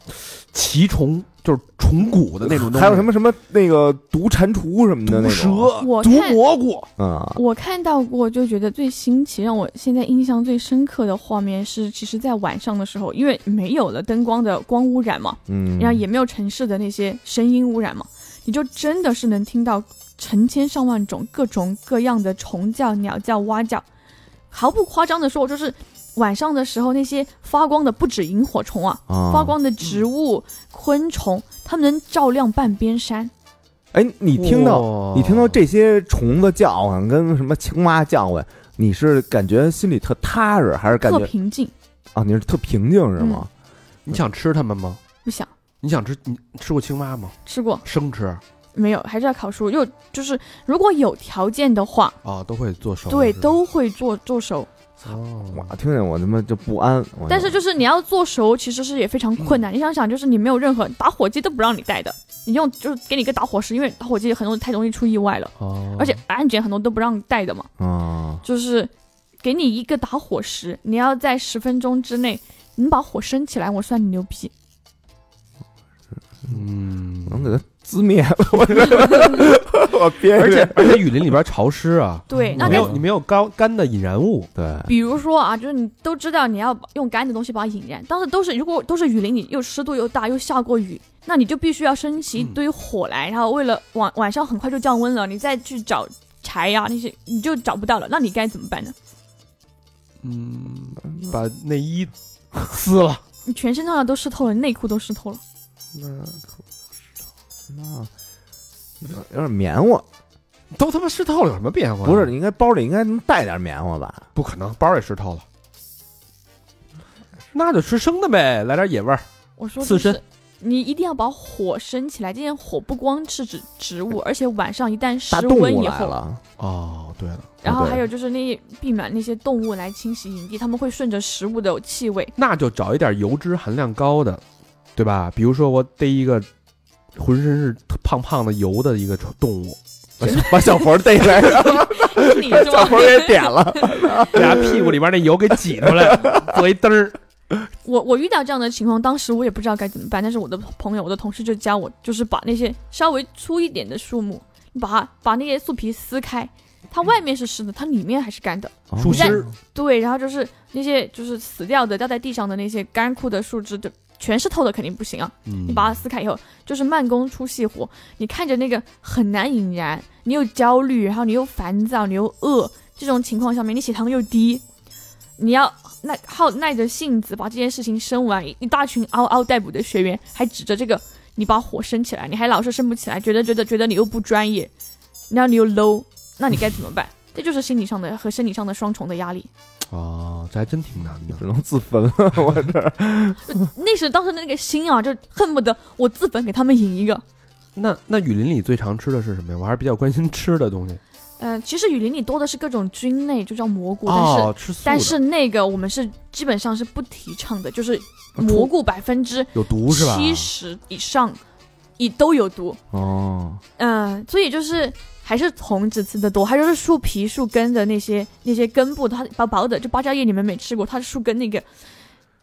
奇虫，就是虫骨 的那种东西，
还有什么什么那个毒蟾蜍什么的
毒
那种，
蛇、
我
毒
看
蘑菇，
啊，
我看到过，就觉得最新奇，让我现在印象最深刻的画面是，其实在晚上的时候，因为没有了灯光的光污染嘛，
嗯，
然后也没有城市的那些声音污染嘛，你就真的是能听到成千上万种各种各样的虫叫、鸟叫、蛙叫。毫不夸张的说，就是晚上的时候，那些发光的不止萤火虫啊，
啊
发。光的植物、昆虫，它们能照亮半边山。
哎，你听到
哇
你听到这些虫子叫唤跟什么青蛙叫唤，你是感觉心里特踏实，还是感
特
觉
平嗯静，
啊你是特平静是吗？
你想吃它们吗？
不想
你想吃你吃过青蛙吗？
吃过
生吃啊、
没有？还是要烤熟？又就是如果有条件的话，
哦，都会做熟的。
对，
是吧
都会做做熟。
哦
哇，听见我他妈就不安。我
但是就是你要做熟，其实是也非常困难。你想想，就是你没有任何打火机都不让你带的，你用就是给你个打火石，因为打火机很容易太容易出意外了，
哦，
而且安检很多都不让带的嘛，
啊，
就是给你一个打火石，你要在十分钟之内。你把火升起来，我算你牛逼。
嗯，
能给它滋灭了，我 我憋
而且
着
而且雨林里边潮湿啊，
对，那
你没
该
有你没有高干的引燃物，
对
比如说啊，就是你都知道你要用干的东西把它引燃，但是都是如果都是雨林，你又湿度又大，又下过雨，那你就必须要升
嗯
起一堆火来，然后为了晚晚上很快就降温了，你再去找柴呀、那些，你就找不到了，那你该怎么办呢？
嗯，把内衣撕了。
你全身上下都湿透了，内裤都湿透了，
那
那啊有点棉花，
都他妈湿透了，有什么变化？
不是，，你应该包里应该能带点棉花吧？
不可能，包也湿透了。那就吃生的呗，来点野味儿。
我说
刺
就是
身
你一定要把火升起来，这件火不光是指 植物，而且晚上一旦
大
失
动
温
物
以
来
后，
了，啊
哦，对了，
然后
对
还有就是那避免那些动物来侵袭营地，它们会顺着食物的气味，
那就找一点油脂含量高的，对吧？比如说我逮一个浑身是胖胖的油的一个动物，
把小佛逮来，
你是
小
吗？
佛给点 了。
俩屁股里边那油给挤出 来，做一灯儿。
我我遇到这样的情况，当时我也不知道该怎么办，但是我的朋友、我的同事就教我，就是把那些稍微粗一点的树木，你把它把那些树皮撕开，它外面是湿的，它里面还是干的。
树心儿，
对，然后就是那些就是死掉的掉在地上的那些干枯的树枝，就全是透的，肯定不行啊。
你
嗯
你把它撕开以后，就是慢工出细活。你看着那个很难引燃，你又焦虑，然后你又烦躁，你又饿，这种情况下面，你血糖又低，你要耐好耐着性子把这件事情生完。一一大群嗷嗷待哺的学员还指着这个你把火升起来，你还老是升不起来，觉得觉得觉得你又不专业，然后你又 low，那你该怎么办？这就是心理上的和生理上的双重的压力。
哦，这还真挺难的
只。能自焚了。我这
那时当时那个心啊，就恨不得我自焚给他们引一个。
那那雨林里最常吃的是什么呀？我还是比较关心吃的东西。
嗯、其实雨林里多的是各种菌类，就叫蘑菇，但是
哦，吃素的。
但是那个我们是基本上是不提倡的，就是
啊
蘑菇百分之
有毒是吧？
七十以上，以都有毒。
哦，
嗯、所以就是还是虫子吃的多，还有就是树皮、树根的那些那些根部，它薄薄的，就芭蕉叶你们没吃过，它是树根那个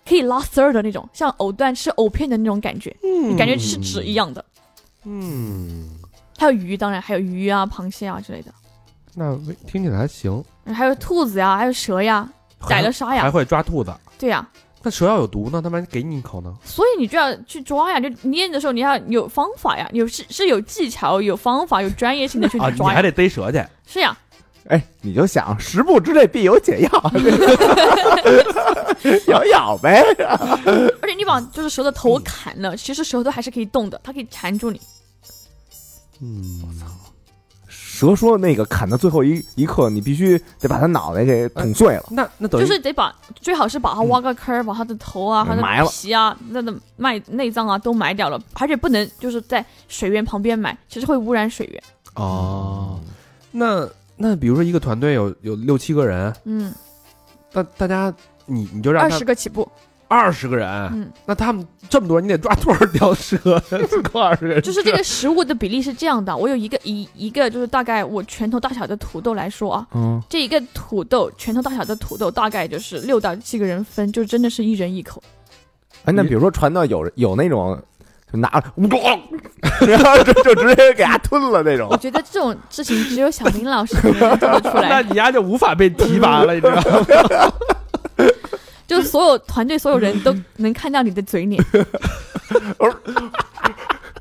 可以拉丝儿的那种，像藕断吃藕片的那种感觉，
嗯
你感觉吃纸一。样的。
嗯，
还有鱼，当然还有鱼啊、螃蟹啊之类的，
那为听起来还行。
嗯还有兔子呀、还有蛇呀、宰了杀
还
呀，
会抓兔子。
对呀、
那蛇要有毒呢，他妈给你一口呢？
所以你就要去抓呀，就捏的时候你要有方法呀，有是是有技巧、有方法、有专业性的去
啊，你
抓呀，
还得逮 蛇去。
是呀，
哎，你就想十步之内必有解药， 咬咬呗。
而且你把就是蛇的头砍了，其实蛇头还是可以动的，它可以缠住你。
嗯，我操！
蛇说那个砍到最后一一刻，你必须得把它脑袋给捅碎了。
那那等于
就是得把最好是把它挖个坑儿，把它的头啊、它
埋
的
了
皮啊、它的脉内脏啊都埋掉了，而且不能就是在水源旁边埋，其实会污染水源。
哦，那那比如说一个团队有有六七个人，
嗯，
那大家你你就让
二
他
十个起步，
二十个人，
嗯
那他们这么多人，你得抓多少条蛇？够二十个人
就是这个食物的比例是这样的。我有一个一一个就是大概我拳头大小的土豆来说啊，
嗯，
这一个土豆拳头大小的土豆大概就是六到七个人分，就真的是一人一口。
哎，那比如说传到有有那种就拿了，然后就就直接给它吞了那种
我。觉得这种事情只有小明老师才能做得出来。
那你丫就无法被提拔了，你知道吗？
就是所有团队所有人都能看到你的 嘴脸，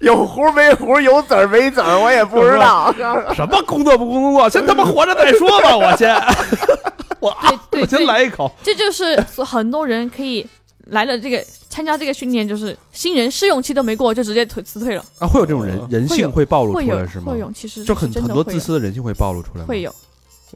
有核没核，有籽儿没籽儿，我也不知道。
什么工作不工作，先他妈活着再说 吧，我先，我
哎对
我先来一口。
这就是所很多人可以来了这个参加这个训练，就是新人试用期都没过就直接辞辞退了，
啊， 会有这种人人性会暴露
会
出
有
来是吗
会？有，其实
就很
是真
很
的
多
会
自
有
私的人性会暴露出来吗？
会有，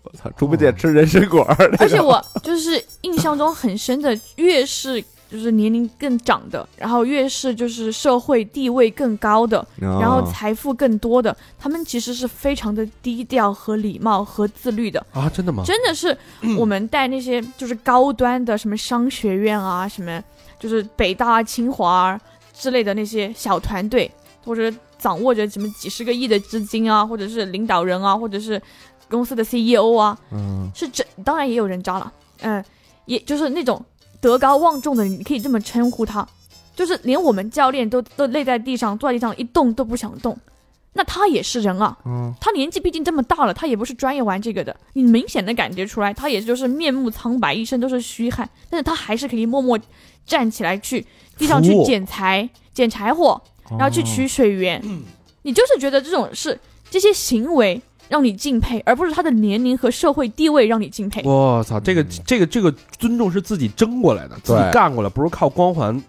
我操，猪八戒吃人参果儿，
而且我就是印象中很深的，越是就是年龄更长的，然后越是就是社会地位更高的，然
啊
后财富更多的，他们其实是非常的低调和礼貌和自律的。
啊，真的吗？嗯
真的是我们带那些就是高端的什么商学院啊，什么就是北大啊、清华啊之类的那些小团队，或者掌握着什么几十个亿的资金啊，或者是领导人啊，或者是公司的 CEO 啊，
嗯，
是真当然也有人渣了，嗯，也就是那种德高望重的，你可以这么称呼他，就是连我们教练都都累在地上，坐在地上一动都不想动，那他也是人啊，
嗯
他年纪毕竟这么大了，他也不是专业玩这个的，你明显的感觉出来，他也就是面目苍白，一身都是虚汗，但是他还是可以默默站起来去地上
服
去
务哦
捡柴、捡柴火，然后去取水源。你就是觉得这种是这些行为让你敬佩，而不是他的年龄和社会地位让你敬佩。
我操，这个这个这个尊重是自己争过来的，自己
对
干过来，不是靠光环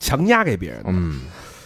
强压给别人的。
嗯，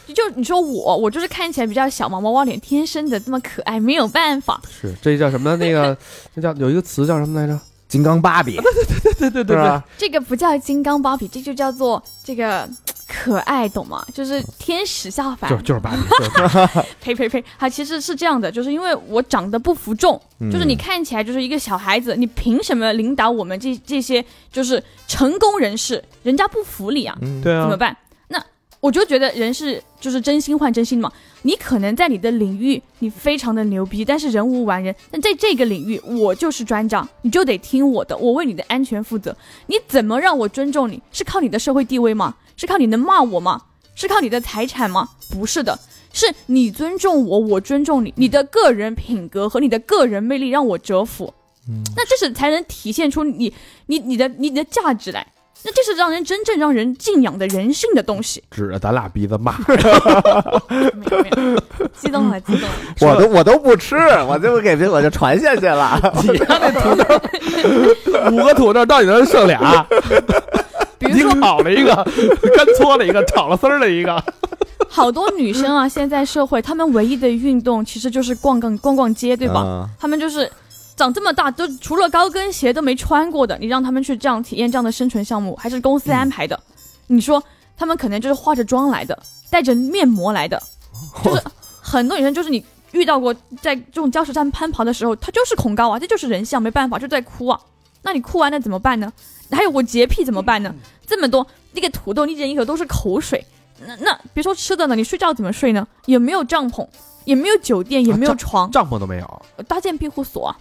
就你说我，我就是看起来比较小毛毛脸，天生的这么可爱，没有办法。
是，这叫什么？那个 那叫有一个词叫什么来着？
金刚芭比
对对对
是吧？
这个不叫金刚芭比，这就叫做这个可爱，懂吗？就是天使下凡。
就是就是芭 比，就是
呸呸呸！还其实是这样的，就是因为我长得不服众，
嗯
就是
嗯
你看起来就是一个小孩子，你凭什么领导我们这这些就是成功人士？人家不服你啊，
嗯，
对
怎么
啊，
办？那我就觉得人是就是真心换真心嘛。你可能在你的领域你非常的牛逼，但是人无完人。但在这个领域我就是专长，你就得听我的，我为你的安全负责。你怎么让我尊重你？是靠你的社会地位吗？是靠你能骂我吗？是靠你的财产吗？不是的，是你尊重我，我尊重你，你的个人品格和你的个人魅力让我折服。
嗯
那这是才能体现出你、你、你的、你的价值来。那这是让人真正让人敬仰的人性的东西。
指着咱俩鼻子 骂，
没有没有，激 动了，激动了。
我都我都不吃，我就给我就传下去 了。
你家那土豆，五个土豆到底能剩俩？
比如
你
说，
烤了一个，干搓了一个，炒了丝儿的一个。
好多女生啊，现在社会她们唯一的运动其实就是逛逛逛逛街，对吧？
嗯
他们就是长这么大都除了高跟鞋都没穿过的，你让他们去这样体验这样的生存项目，还是公司安排的？你说他们可能就是化着妆来的，带着面膜来的，就是很多女生就是你遇到过在这种礁石站攀爬的时候，她就是恐高啊，这就是人像，没办法，就在哭啊。那你哭完了怎么办呢？还有我洁癖怎么办呢？这么多那个土豆，你忍一口都是口水。那那别说吃的了，你睡觉怎么睡呢？也没有帐篷，也没有酒店，也没有床，
帐篷都没有，
搭建庇护所、啊，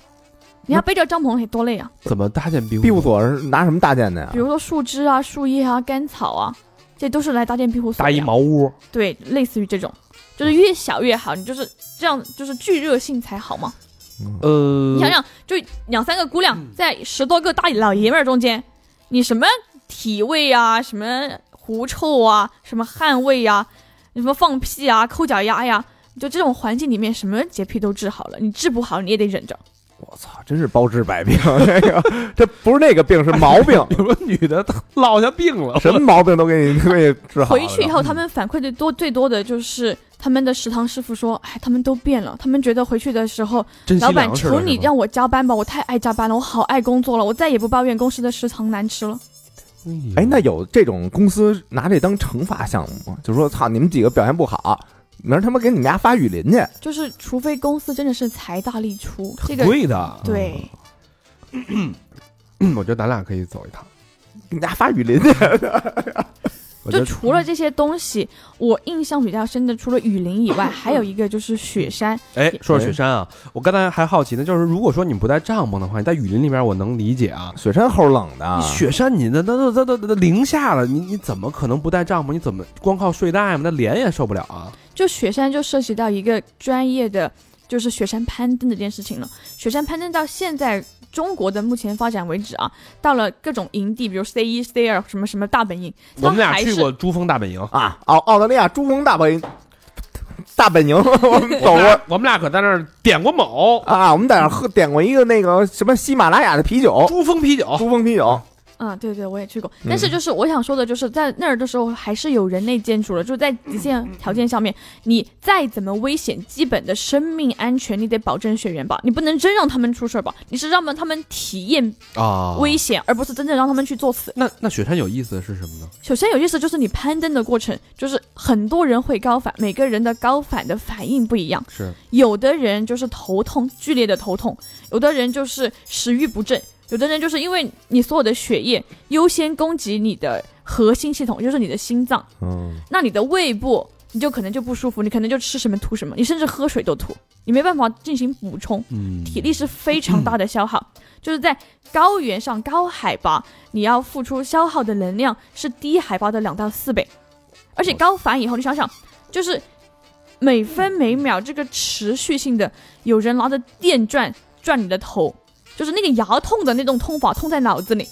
你
嗯
要背着帐篷得多累啊！
怎么搭建庇
庇护
护？
所是拿什么搭建的呀
比？如说树枝啊、树叶啊、干草啊，这都是来搭建庇护所
搭
的
一嗯
呀。
茅屋，
对，类似于这种，就是越小越好，你就是这样，就是聚热性才好嘛。
呃
你，想想，就两三个姑娘
嗯
在十多个大老爷们儿中间，你什么体味啊，什么狐臭啊，什么汗味呀、什么放屁啊、抠脚丫呀、就这种环境里面，什么洁癖都治好了，你治不好你也得忍着。
我操，真是包治百 病，这个这不是那个病，是毛病，
有个女的她落下病了，
什么毛病都给你都给你治好了。
回去以后，他们反馈的多最多的就是他们的食堂师傅说：“哎，他们都变了，他们觉得回去的时候，
珍惜
老板
粮食了
求你
是吗
让我加班吧，我太爱加班了，我好爱工作了，我再也不抱怨公司的食堂难吃了。
哎，那有这种公司拿这当惩罚项目吗？就说操，你们几个表现不好，明儿他妈给你们家发雨林去。
就是除非公司真的是财大力出，这个
贵啊的，
对，
嗯我觉得咱俩可以走一趟。
给你家发雨林去，
我觉
就
得
除了这些东西，我印象比较深的，除了雨林以外，还有一个就是雪山。
哎，说到雪山啊，我刚才还好奇呢，就是如果说你不带帐篷的话，你在雨林里边，我能理解啊。
雪山齁冷的啊
你，雪山，你那那那那那零下了，你你怎么可能不带帐篷？你怎么光靠睡袋吗？那脸也受不了啊！
就雪山就涉及到一个专业的，就是雪山攀登这件事情了。雪山攀登到现在中国的目前发展为止啊，到了各种营地，比如 C 一、C 二什么什么大本营，
我们
它
俩
还
去
是
过珠峰大本营，
啊，澳澳大利亚珠峰大本大本营， 我们走
我们
过
俩我们俩可在那儿点过某
啊，我们在那儿喝点过一个那个什么喜马拉雅的啤酒，
珠峰啤酒，
珠峰啤酒。
啊，对对，我也去过。
嗯
但是就是我想说的，就是在那儿的时候还是有人类建筑了，就在极限条件下面，
嗯
你再怎么危险，基本的生命安全你得保证学员吧，你不能真让他们出事儿吧？你是让他们体验
啊
危险，而不是真正让他们去作死。
那那雪山有意思的是什么呢？
首先有意思就是你攀登的过程，就是很多人会高反，每个人的高反的反应不一样。
是
有的人就是头痛，剧烈的头痛；有的人就是食欲不振；有的人就是因为你所有的血液优先供给你的核心系统，就是你的心脏，
嗯，
那你的胃部你就可能就不舒服，你可能就吃什么吐什么，你甚至喝水都吐，你没办法进行补充，
嗯
体力是非常大的消耗。就是在高原上、高海拔，你要付出消耗的能量是低海拔的两到四倍，而且高反以后，你想想，就是每分每秒这个持续性的，有人拿着电钻转你的头，就是那个牙痛的那种痛法，痛在脑子里，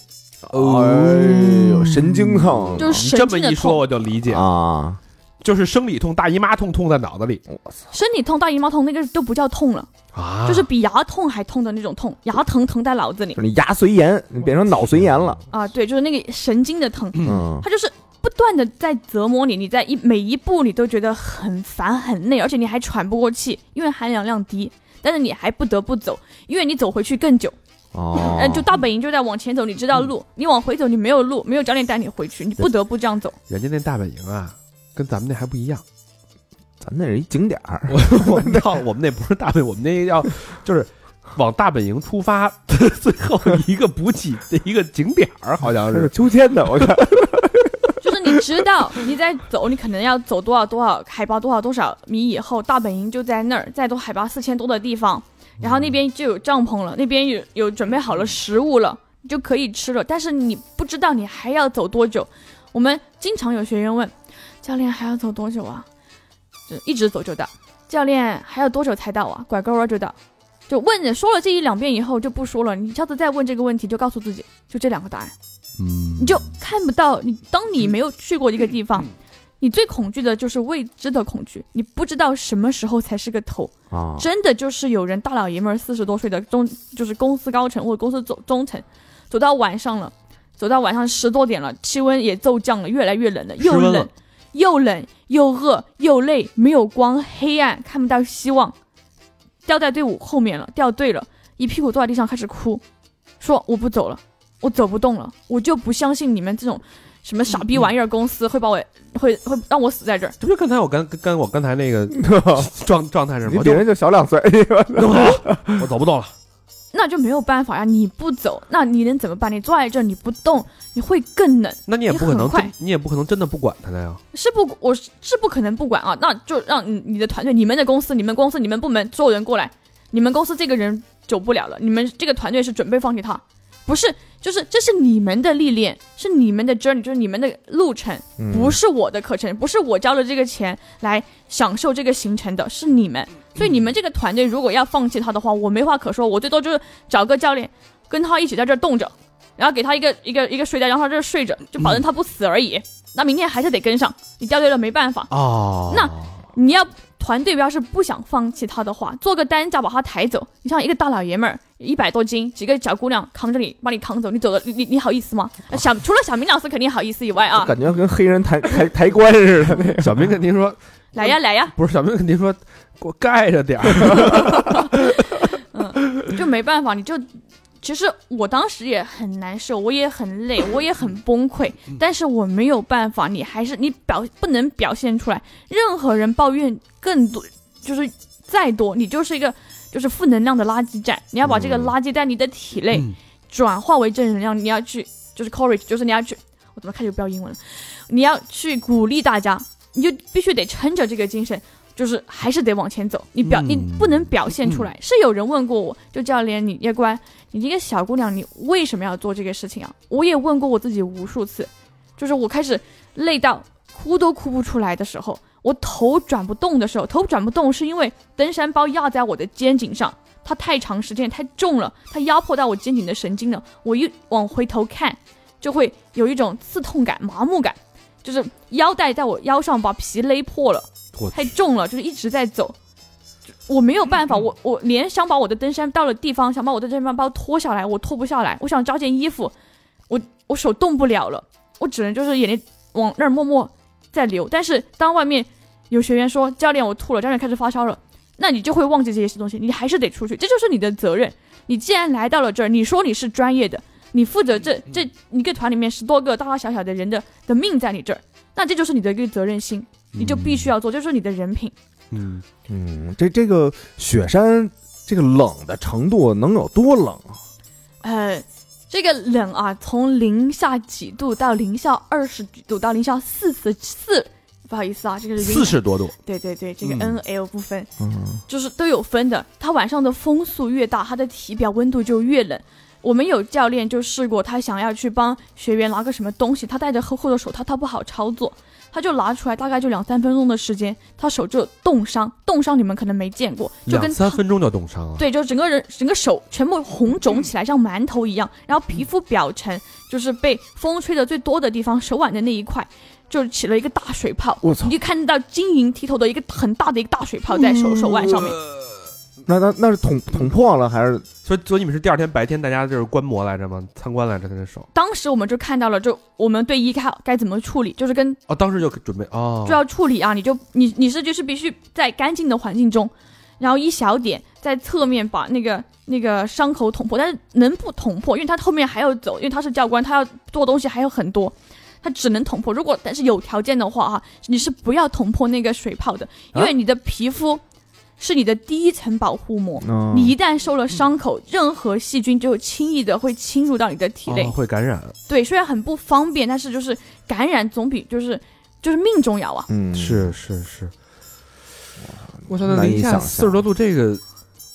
哎呦，神经痛
哦就是
你
神
这么
经的
一说
痛，
我就理解，
啊！
就是生理痛、大姨妈痛，痛在脑子里
我操，
身体痛、大姨妈痛，那个都不叫痛了，
啊
就是比牙痛还痛的那种痛，牙疼疼在脑子里
就是你牙髓炎，你变成脑髓炎了。
啊，对，就是那个神经的疼。
嗯，
他就是啊不断的在折磨你，你在一每一步你都觉得很烦很累，而且你还喘不过气，因为含氧量低。但是你还不得不走，因为你走回去更久。
哦
呃，就大本营就在往前走，你知道路；你往回走，你没有路，没有教练带你回去，你不得不这样走。
人家那大本营啊，跟咱们那还不一 样。
咱那是一景点儿，
我我们到我们那不是大本，我们那要就是往大本营出发， 最后一个补给的一个景点儿，好像
这是
是。
秋天的，我看。
就是你知道你在走，你可能要走多少多少海拔多少多少米以后，大本营就在那儿，再多海拔四千多的地方，然后那边就有帐篷了，那边有有准备好了食物了，你就可以吃了。但是你不知道你还要走多久。我们经常有学员问教练还要走多久啊？就一直走就到。教练还要多久才到啊？拐个弯就到。就问了说了这一两遍以后就不说了，你下次再问这个问题就告诉自己就这两个答案。
嗯
你就看不到你。当你没有去过一个地方，你最恐惧的就是未知的恐惧，你不知道什么时候才是个头。
啊
真的就是有人大老爷们儿四十多岁的中，就是公司高层或者公司中中层，走到晚上了，走到晚上十多点了，气温也骤降了，越来越冷了，又
温
冷
了
又冷又饿又累，没有光，黑暗，看不到希望，掉在队伍后面了，掉队了，一屁股坐在地上开始哭，说我不走了，我走不动了，我就不相信你们这种什么傻逼玩意儿公司会把我会会让我死在这儿。
这不就刚才我刚跟我刚才那 个状状态是
你
吗？
比
就
人就小两岁，
我走不动了，
那就没有办法呀！你不走，那你能怎么办？你坐在这儿你不动，你会更冷。
那你也不可能
你
真
很快，
你也不可能真的不管他的呀。
是不，我是是不可能不管啊，那就让你你的团队、你们的公司、你们公司、你们部门所有人过来，你们公司这个人走不了了，你们这个团队是准备放弃他，不是，就是这是你们的历练，是你们的 journey，就是你们的路程，
嗯
不是我的课程，不是我交了这个钱来享受这个行程的，是你们，所以你们这个团队如果要放弃他的话，我没话可说，我最多就是找个教练跟他一起在这儿冻着，然后给他一个一个一个睡袋，让他这儿睡着，就保证他不死而已。那明天还是得跟上，你掉队了没办法。
哦
那你要团队要是不想放弃他的话，做个担架把他抬走。你像一个大老爷们儿，一百多斤，几个小姑娘扛着你把你扛走，你走了，你你你好意思吗？小除了小明老师肯定好意思以外啊，
感觉跟黑人抬抬抬棺似的那 个。
小明肯定说
来呀来呀，
不是，小明肯定说给我盖着点儿。
就没办法，你就。其实我当时也很难受，我也很累，我也 很崩溃，
嗯
但是我没有办法，你还是你表不能表现出来。任何人抱怨更多，就是再多，你就是一个就是负能量的垃圾站，你要把这个
嗯
垃圾在你的体内
嗯
转化为正能量，你要去就是 courage，就是你要去，我怎么开始标英文了？你要去鼓励大家，你就必须得撑着这个精神，就是还是得往前走。你表、
嗯
你不能表现出来。是有人问过我，就教练你叶关，你一个小姑娘，你为什么要做这个事情啊？我也问过我自己无数次，就是我开始累到哭都哭不出来的时候，我头转不动的时候，头转不动是因为登山包压在我的肩颈上，它太长时间太重了，它压迫到我肩颈的神经了。我一往回头看，就会有一种刺痛感、麻木感，就是腰带在我腰上把皮勒破了
我，
太重了，就是一直在走。就我没有办法，我我连想把我的登山到了地方，想把我的登山包脱下来，我脱不下来。我想找件衣服，我我手动不了了，我只能就是眼泪往那儿默默在流。但是当外面有学员说教练我吐了，教练开始发烧了，那你就会忘记这些东西，你还是得出去，这就是你的责任。你既然来到了这儿，你说你是专业的，你负责这这一个团里面十多个大大小小的人的的命在你这儿，那这就是你的一个责任心，你就必须要做，这就是你的人品。
嗯，
嗯，这这个雪山这个冷的程度能有多冷啊？
呃，这个冷啊，从零下几度到零下二十几度到零下四十四，不好意思啊，这个是
四
云
十多度，
对对对，这个
嗯
N L 不分，
嗯，
就是都有分的。它晚上的风速越大，它的体表温度就越冷。我们有教练就试过，他想要去帮学员拿个什么东西，他戴着厚厚的手套，他不好操作，他就拿出来，大概就两三分钟的时间，他手就冻伤，冻伤你们可能没见过，就
两
跟
三
烫
分钟就冻伤了。
对，就整个人整个手全部红肿起来，像馒头一样，然后皮肤表层就是被风吹的最多的地方，手腕的那一块，就起了一个大水泡。
我操
你就看到晶莹剔透的一个很大的一个大水泡在手手腕上面，
那那那是捅捅破了还是
所以，所以你们是第二天白天大家就是观摩来着吗？参观来着他的手。
当时我们就看到了，就我们对一该该怎么处理，就是跟
哦，当时就准备哦
就，要处理啊，你就你你是就是必须在干净的环境中，然后一小点在侧面把那个那个伤口捅破，但是能不捅破，因为他后面还要走，因为他是教官，他要做东西还有很多，他只能捅破。如果但是有条件的话啊，你是不要捅破那个水泡的，因为你的皮肤是你的第一层保护膜。
嗯
你一旦受了伤口，任何细菌就轻易的会侵入到你的体内
哦，会感染，
对，虽然很不方便，但是就是感染总比就是就是命重要啊。
嗯
是是是。我操，
难
那
以
零下
想象
四十多度，这个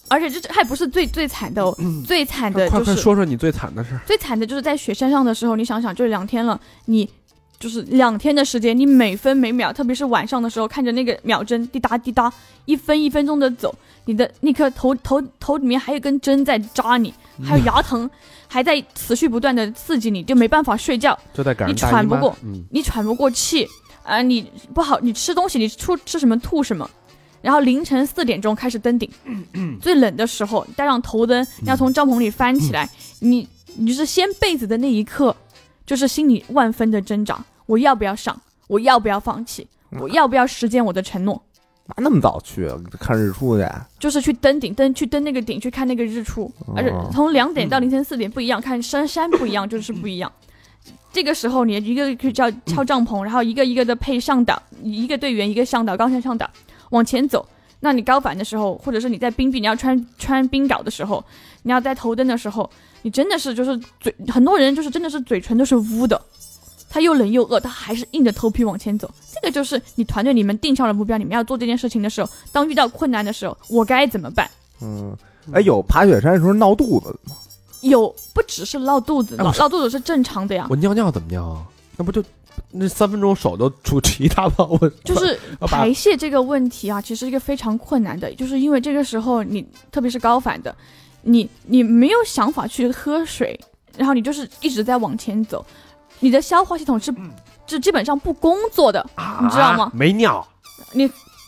而且这这还不是最最惨的哦，最惨的
快
就
快
是
说说你最惨的事儿。
最惨的就是在雪山上的时候，你想想，就是两天了，你就是两天的时间，你每分每秒，特别是晚上的时候，看着那个秒针滴答滴答，一分一分钟的走，你的那颗头头头里面还有根针在扎你，还
嗯
有牙疼，还在持续不断的刺激你，就没办法睡觉。
就在赶上
你
大姨
喘不
妈
过
嗯，
你喘不过气啊、你不好，你吃东西，你出吃什么吐什么。然后凌晨四点钟开始登顶，最冷的时候，带上头灯，要从帐篷里翻起来，你你就是掀被子的那一刻，就是心里万分的挣扎，我要不要上？我要不要放弃？我要不要实践我的承诺？
哪那么早去啊看日出去？啊
就是去登顶，登去登那个顶，去看那个日出，而且从两点到凌晨四点不一样，看山山不一样，就是不一样。这个时候你一个去叫敲帐篷，然后一个一个的配上岛，一个队员一个向导，高山向导往前走。那你高反的时候，或者是你在冰壁，你要穿穿冰镐的时候，你要在头灯的时候，你真的是就是嘴，很多人就是真的是嘴唇都是污的，他又冷又饿，他还是硬着头皮往前走。这个就是你团队你们定下了目标，你们要做这件事情的时候，当遇到困难的时候，我该怎么办？
嗯，哎，有爬雪山的时候闹肚子的吗？
有不只是闹肚子，
哎
闹
我是
闹肚子是正常的呀，
我尿尿怎么尿啊？那不就那三分钟手都出去一大泡，我
就是
我把
排泄这个问题啊，其实是一个非常困难的，就是因为这个时候你，特别是高反的，你你没有想法去喝水，然后你就是一直在往前走，你的消化系统是
嗯
就基本上不工作的，你知道吗
啊没尿，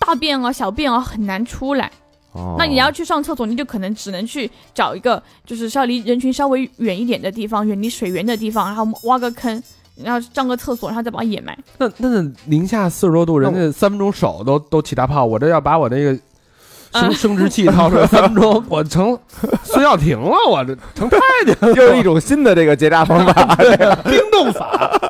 大便啊、小便啊很难出来。
哦
那 你要去上厕所，你就可能只能去找一个就是稍离人群稍微远一点的地方，远离水源的地方，然后挖个坑，然后上个厕所，然后再把它掩埋。
那那零下四十多度，人家三分钟手都都起大泡，我这要把我那个生
嗯
生殖 器掏出来三分钟，我 成孙耀庭了，我这成太监了，
又是一种新的这个结扎方法，
啊
冰冻法。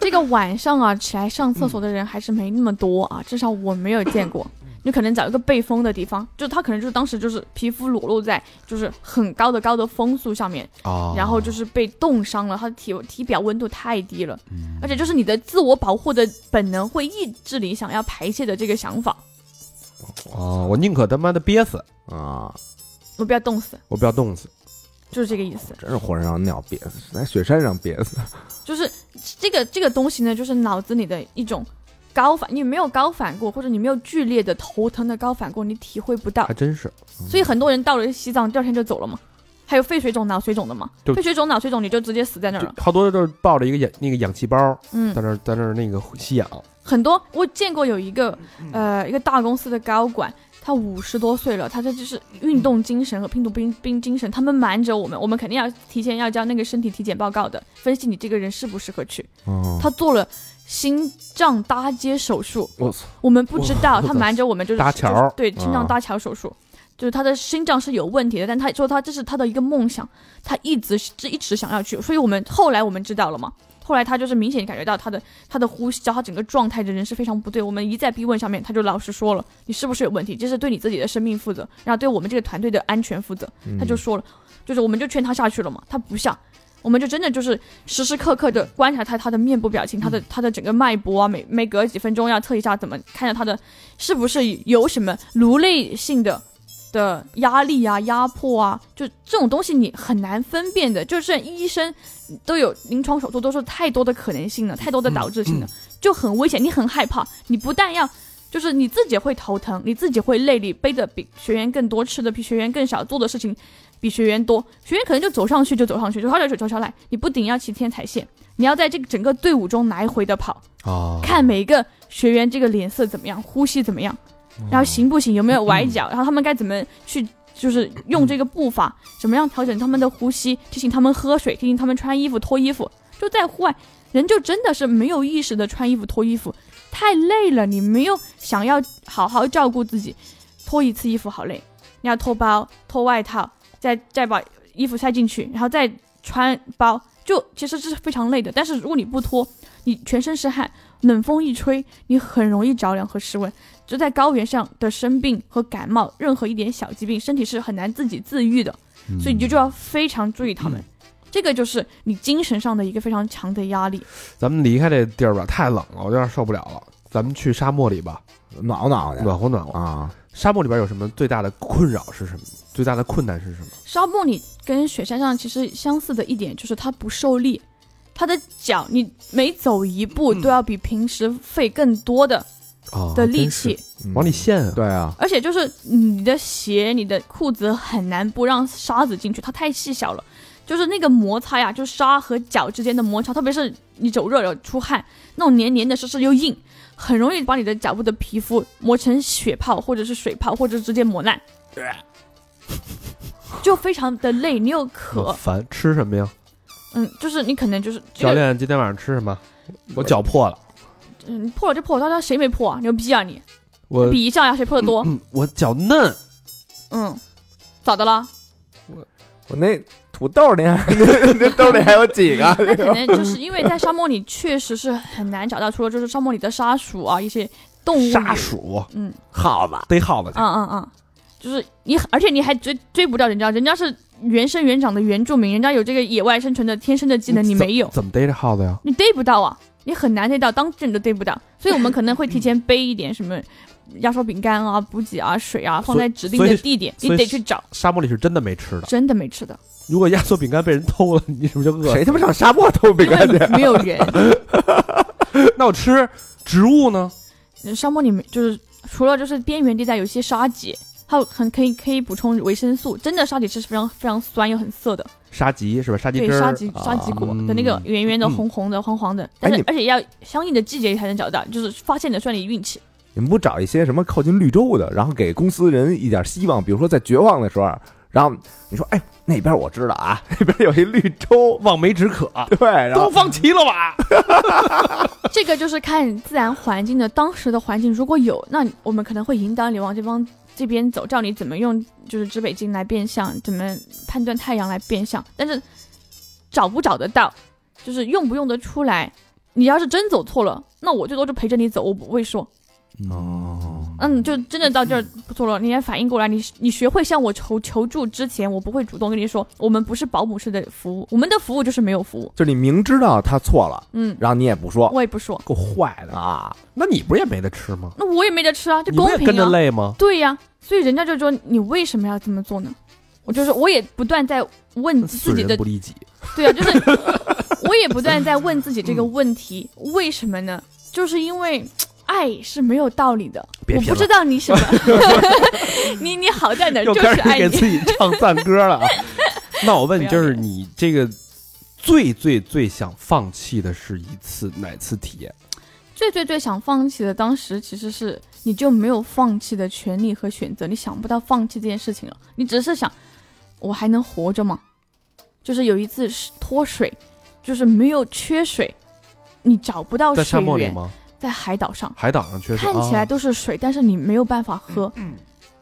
这个晚上啊，起来上厕所的人还是没那么多啊，至少我没有见过。你可能找一个背风的地方，就他可能就是当时就是皮肤裸露在就是很高的高的风速上面，
哦
然后就是被冻伤了，他的体体表温度太低了，而且就是你的自我保护的本能会抑制你想要排泄的这个想法，
哦，我宁可他妈的憋死，
啊，
我不要冻死，
我不要冻死。
就是这个意思。
真是火车上尿憋死，在雪山上憋死。
就是这个这个东西呢，就是脑子里的一种高反，你没有高反过，或者你没有剧烈的头疼的高反过，你体会不到
还。真是，
所以很多人到了西藏，第二天就走了嘛。还有肺水肿、脑水肿的嘛
就？
肺水肿、脑水肿，你就直接死在那儿了。
就好多都是抱着一个氧那个氧气包，
嗯
在，那儿在那儿那个吸氧，
很多我见过有一个呃一个大公司的高管，他五十多岁了，他这就是运动精神和拼图兵兵精神，他们瞒着我们，我们肯定要提前要交那个身体体检报告的，分析你这个人适不适合去。
哦，
他做了心脏搭接手术，
我操，
我们不知道，
哇
他瞒着我们就是
搭桥
就是对，心
啊
脏搭桥手术，就是他的心脏是有问题的，但他说他这是他的一个梦想，他一直这一直想要去，所以我们后来我们知道了嘛。后来他就是明显感觉到他的他的呼吸，他整个状态的人是非常不对。我们一再逼问上面，他就老实说了，你是不是有问题？这是对你自己的生命负责，然后对我们这个团队的安全负责。
嗯
他就说了，就是我们就劝他下去了嘛，他不下，我们就真的就是时时刻刻的观察他他的面部表情，他的他的整个脉搏啊，每每隔几分钟要测一下，怎么看着他的是不是有什么颅内性的的压力啊、压迫啊，就这种东西你很难分辨的，就是医生都有临床手术，都是太多的可能性了，太多的导致性了，就很危险，你很害怕，你不但要。就是你自己会头疼，你自己会累，你背的比学员更多，吃的比学员更少，做的事情比学员多，学员可能就走上去就走上去，就喝点水走下来，你不顶要骑天踩线，你要在这个整个队伍中来回的跑，
啊
看每一个学员这个脸色怎么样，呼吸怎么样，然后行不行，有没有崴脚，然后他们该怎么去。就是用这个步伐，怎么样调整他们的呼吸，提醒他们喝水，提醒他们穿衣服、脱衣服。就在户外，人就真的是没有意识的穿衣服、脱衣服，太累了，你没有想要好好照顾自己，脱一次衣服好累，你要脱包、脱外套，再再把衣服塞进去，然后再穿包，就其实是非常累的。但是如果你不脱，你全身是汗，冷风一吹，你很容易着凉和失温。就在高原上的生病和感冒，任何一点小疾病，身体是很难自己自愈的，
嗯
所以你就就要非常注意他们。这个就是你精神上的一个非常强的压力。
咱们离开这地儿吧，太冷了，我有点受不了了。咱们去沙漠里吧，
暖和暖和哦去
暖和暖和。
啊，
沙漠里边有什么最大的困扰是什么？最大的困难是什么？
沙漠里跟雪山上其实相似的一点就是它不受力，它的脚你每走一步都要比平时费更多的
啊
的力气，
嗯
往里陷啊！
对啊，
而且就是你的鞋、你的裤子很难不让沙子进去，它太细小了。就是那个摩擦呀，就是沙和脚之间的摩擦，特别是你走热了出汗，那种黏黏的、湿湿又硬，很容易把你的脚部的皮肤磨成血泡，或者是水泡，或者直接磨烂，就非常的累。你又
可
渴，
烦，吃什么呀？
嗯，就是你可能就是这
教
个
练今天晚上吃什么？我脚破了，
嗯，破了就破了，到底要谁没破啊？牛逼啊你！
我
比一下呀，谁破的多？
嗯我脚嫩，
嗯，咋的了？
我那土豆里 还 那兜里还有几个？
那可能就是因为在沙漠里确实是很难找到，除了就是沙漠里的沙鼠啊，一些动物。
杀鼠
嗯，
耗子，
逮耗子去
啊，啊啊！就是你，而且你还追追不掉人家，人家是原生原长的原住民，人家有这个野外生存的天生的技能，你
怎
没有，
怎么逮着耗子呀？
你逮不到啊，你很难逮到，当地人都逮不到。所以我们可能会提前备一点什么压缩饼干啊、补给啊、水啊，放在指定
所
的
以
地点，你
所以
得去找。
沙漠里是真的没吃的。
真的没吃的，
如果压缩饼干被人偷了，你是不是就饿了？
谁他妈上沙漠偷饼
因
干去
为？没有人。
那我吃植物呢？
沙漠里面就是除了就是边缘地带有一些沙棘，它很可以可以补充维生素。真的沙棘是非常非常酸又很涩的，
沙棘是吧？沙棘
对
汁
沙
儿，
棘
啊
沙棘果的那个圆圆的、
嗯
红红的、黄黄的，但
你
是而且要相应的季节才能找到，就是发现的算你运气。
你们不找一些什么靠近绿洲的，然后给公司人一点希望，比如说在绝望的时候，然后你说，哎，那边我知道啊， 那边有一绿洲，
望梅止渴，
对，然后
啊东方齐了吧？
这个就是看自然环境的当时的环境，如果有，那我们可能会引导你往这方这边走，教你怎么用就是指北针来变相，怎么判断太阳来变相。但是找不找得到，就是用不用得出来。你要是真走错了，那我最多就陪着你走，我不会说，
哦，
嗯，就真的到这儿不错了，你也反应过来，你你学会向我求求助之前，我不会主动跟你说，我们不是保姆式的服务，我们的服务就是没有服务，
就是你明知道他错了，
嗯，
然后你也不说
我也不说，
够坏的！
啊，
那你不是也没得吃吗？
那我也没得吃啊，这
你不
公
也
平啊。
跟着累吗？
对呀、所以人家就说你为什么要这么做呢？我就是我也不断在问自己
损
的
人不，利己，
对啊，就是 我也不断在问自己这
嗯
个问题，为什么呢？就是因为爱是没有道理的，
别
我
贫
不
了
知道 你什么，你你好在哪儿
又
就
开
是
始
爱
给
你，
自己唱赞歌 了啊！那我问你，
不要
就
脸
是你这个最最最想放弃的是一次哪次体验？
最最最想放弃的，当时其实是你就没有放弃的权利和选择，你想不到放弃这件事情了，你只是想我还能活着吗？就是有一次是脱水，就是没有缺水，你找不到
在
水
沙漠里
源，
吗？
在海岛上
海岛上确实
看起来
啊
都是水，但是你没有办法喝，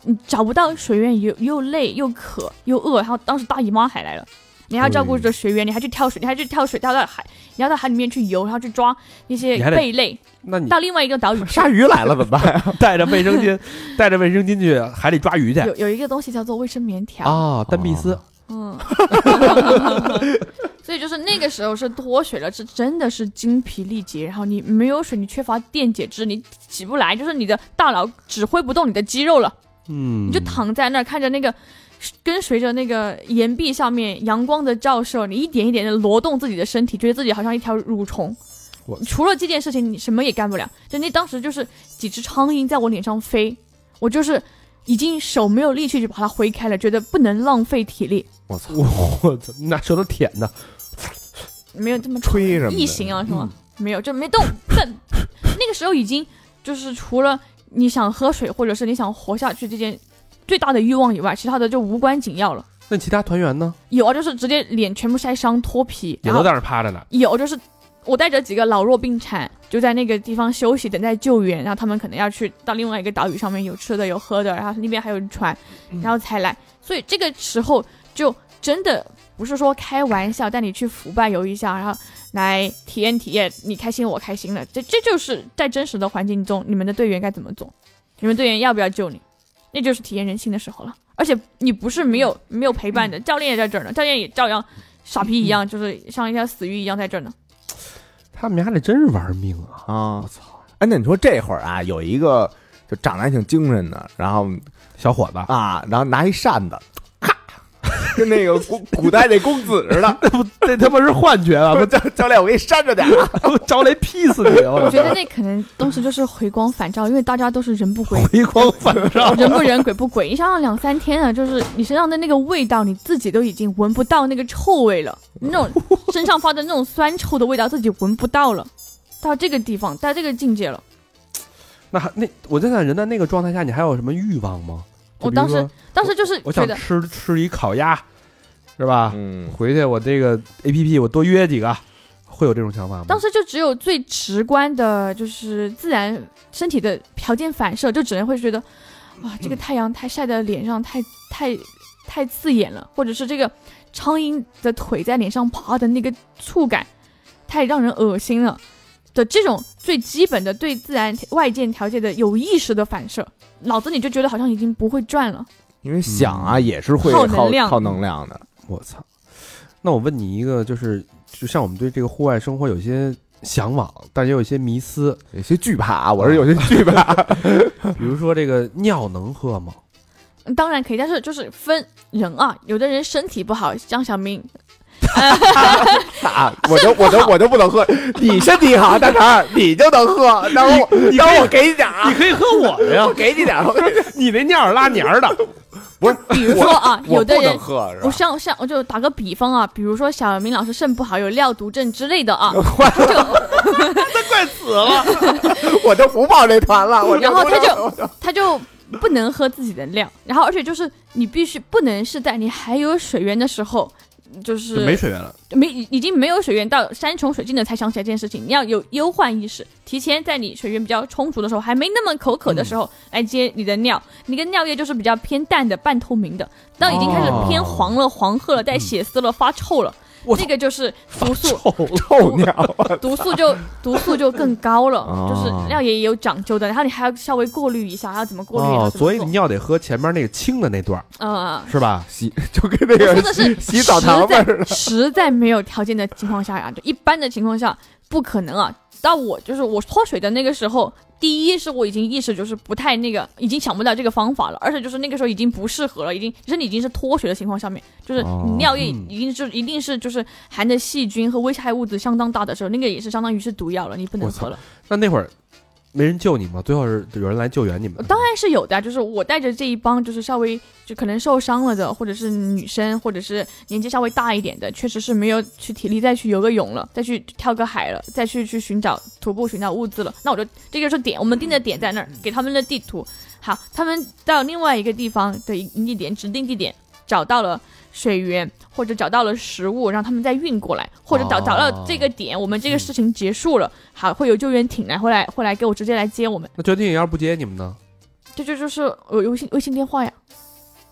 你找不到水源，又又累又渴又饿，然后当时大姨妈还来了。你还要照顾着水源，你还去跳水，你还去跳水，跳到海，你要到海里面去游，然后去抓那些
你还得
贝类，
那你
到另外一个岛屿 去
鲨鱼来了怎么办？
带着卫生巾，带着卫生巾去海里抓鱼去
有有一个东西叫做卫生棉条，
啊！丹碧丝
哦，
嗯， 所以就是那个时候是脱水了，是真的是精疲力竭，然后你没有水，你缺乏电解质，你起不来，就是你的大脑指挥不动你的肌肉了，
嗯，
你就躺在那儿看着那个。跟随着那个岩壁上面阳光的照射，你一点一点的挪动自己的身体，觉得自己好像一条蠕虫
我。
除了这件事情，你什么也干不了。就那当时就是几只苍蝇在我脸上飞，我就是已经手没有力气去把它挥开了，觉得不能浪费体力，
我操，
我操，拿舌头舔的，
没有这么
吹什么的嗯
异形啊什么、没有，就没动。但 那个时候已经就是除了你想喝水或者是你想活下去这件最大的欲望以外，其他的就无关紧要了。
那其他团员呢？
有啊，就是直接脸全部晒伤脱皮，
也
然
都
后
在那儿趴着呢。
有就是我带着几个老弱病残，就在那个地方休息，等待救援。然后他们可能要去到另外一个岛屿上面，有吃的有喝的，然后那边还有船，然后才来。所以这个时候就真的不是说开玩笑，带你去腐败游一下，然后来体验体验，你开心我开心了。这这就是在真实的环境中，你们的队员该怎么做，你们队员要不要救你，那就是体验人性的时候了。而且你不是没有没有陪伴的，教练也在这儿呢，教练也照样傻逼
嗯
一样，就是像一条死鱼一样在这儿呢。
他们家里真是玩命啊！
啊！
我操，
哎，那你说这会儿啊，有一个就长得还挺精神的，然后
小伙子，
啊，然后拿一扇子，咔，跟那个古古代那公子似的。
这他妈是幻觉 啊！
教教练，我给你扇着点 儿啊。
我招雷劈死你！我
我觉得那可 能当时就是回光返照，因为大家都是人不 鬼，
回光返照，
人不人鬼不鬼。你想想两三天啊，就是你身上的那个味道，你自己都已经闻不到那个臭味了，那 种身上发的那种酸臭的味道，自己闻不到了，到这个地方，到这个境界了。
那还那我在想，人在那个状态下，你还有什么欲望吗？就
我
比如
当时
说
当时就是
我
觉
想
得，
吃吃一烤鸭，是吧？
嗯，
回去我这个 A P P 我多约几个，会有这种想法吗？
当时就只有最直观的，就是自然身体的条件反射，就只能会觉得，哇，
嗯
这个太阳太晒在脸上，太太太刺眼了，或者是这个苍蝇的腿在脸上爬的那个触感，太让人恶心了的这种最基本的对自然外界条件的有意识的反射，脑子里就觉得好像已经不会转了。
因为想啊也是会
耗
耗
嗯能量
耗能量的。
我操！那我问你一个，就是就像我们对这个户外生活有一些向往，但也有一些迷 思，
有些惧怕啊，我是有些惧怕。
比如说这个尿能喝吗？
嗯当然可以，但是就是分人啊，有的人身体不好，像小明
啊， 我就我就我就不能喝，你身体好，大肠，你就能喝。当我当我给你点啊，
可以喝我的呀，
我给你点儿，
你那尿是拉黏儿 的。
不是，
比如说啊，
我
有
不
的人
能喝是
我
吧？
像像我就打个比方啊，比如说小明老师肾不好，有尿毒症之类的啊，就
快死 了，我就不报这团了。 我
然后他就
就
他就不能喝自己的尿，然后而且就是你必须不能是在你还有水源的时候。就是
没水源了，
没已已经没有水源，到山穷水尽了才想起来这件事情。你要有忧患意识，提前在你水源比较充足的时候，还没那么口渴的时
嗯
候、来接你的尿。你的尿液就是比较偏淡的、半透明的。当已经开始偏黄了、黄褐了、
嗯
带血丝了、发臭了，
我
这个就是毒素
臭尿，
毒素就毒素就更高了，
哦
就是尿也有讲究的，然后你还要稍微过滤一下，还要怎么过滤啊？
哦，
怎么做
所以你尿得喝前面那个清的那段儿，
呃，
是 吧？
洗就跟那个
我说的是
洗洗澡堂味儿似的。
实在没有条件的情况下呀、就一般的情况下不可能啊。到我就是我脱水的那个时候，第一是我已经意识就是不太那个，已经想不到这个方法了，而且就是那个时候已经不适合了，已经身体已经是脱水的情况下面，就是
哦
你尿液
嗯
已经就一定是就是含的细菌和危害物质相当大的时候，那个也是相当于是毒药了，你不能
我操
喝了。
那那会儿没人救你吗？最后是有人来救援你们？
当然是有的啊，就是我带着这一帮，就是稍微就可能受伤了的，或者是女生，或者是年纪稍微大一点的，确实是没有去体力再去游个泳了，再去跳个海了，再去去寻找徒步寻找物资了。那我就这就是点，我们定的点在那儿，给他们的地图。好，他们到另外一个地方的营地点指定地点找到了。水源或者找到了食物，让他们再运过来，或者找
哦
找到这个点，我们这个事情结束了，好，会有救援艇来会来会来给我直接来接我们。
那决定要是不接你们呢？
这就就是呃微信微信电话呀，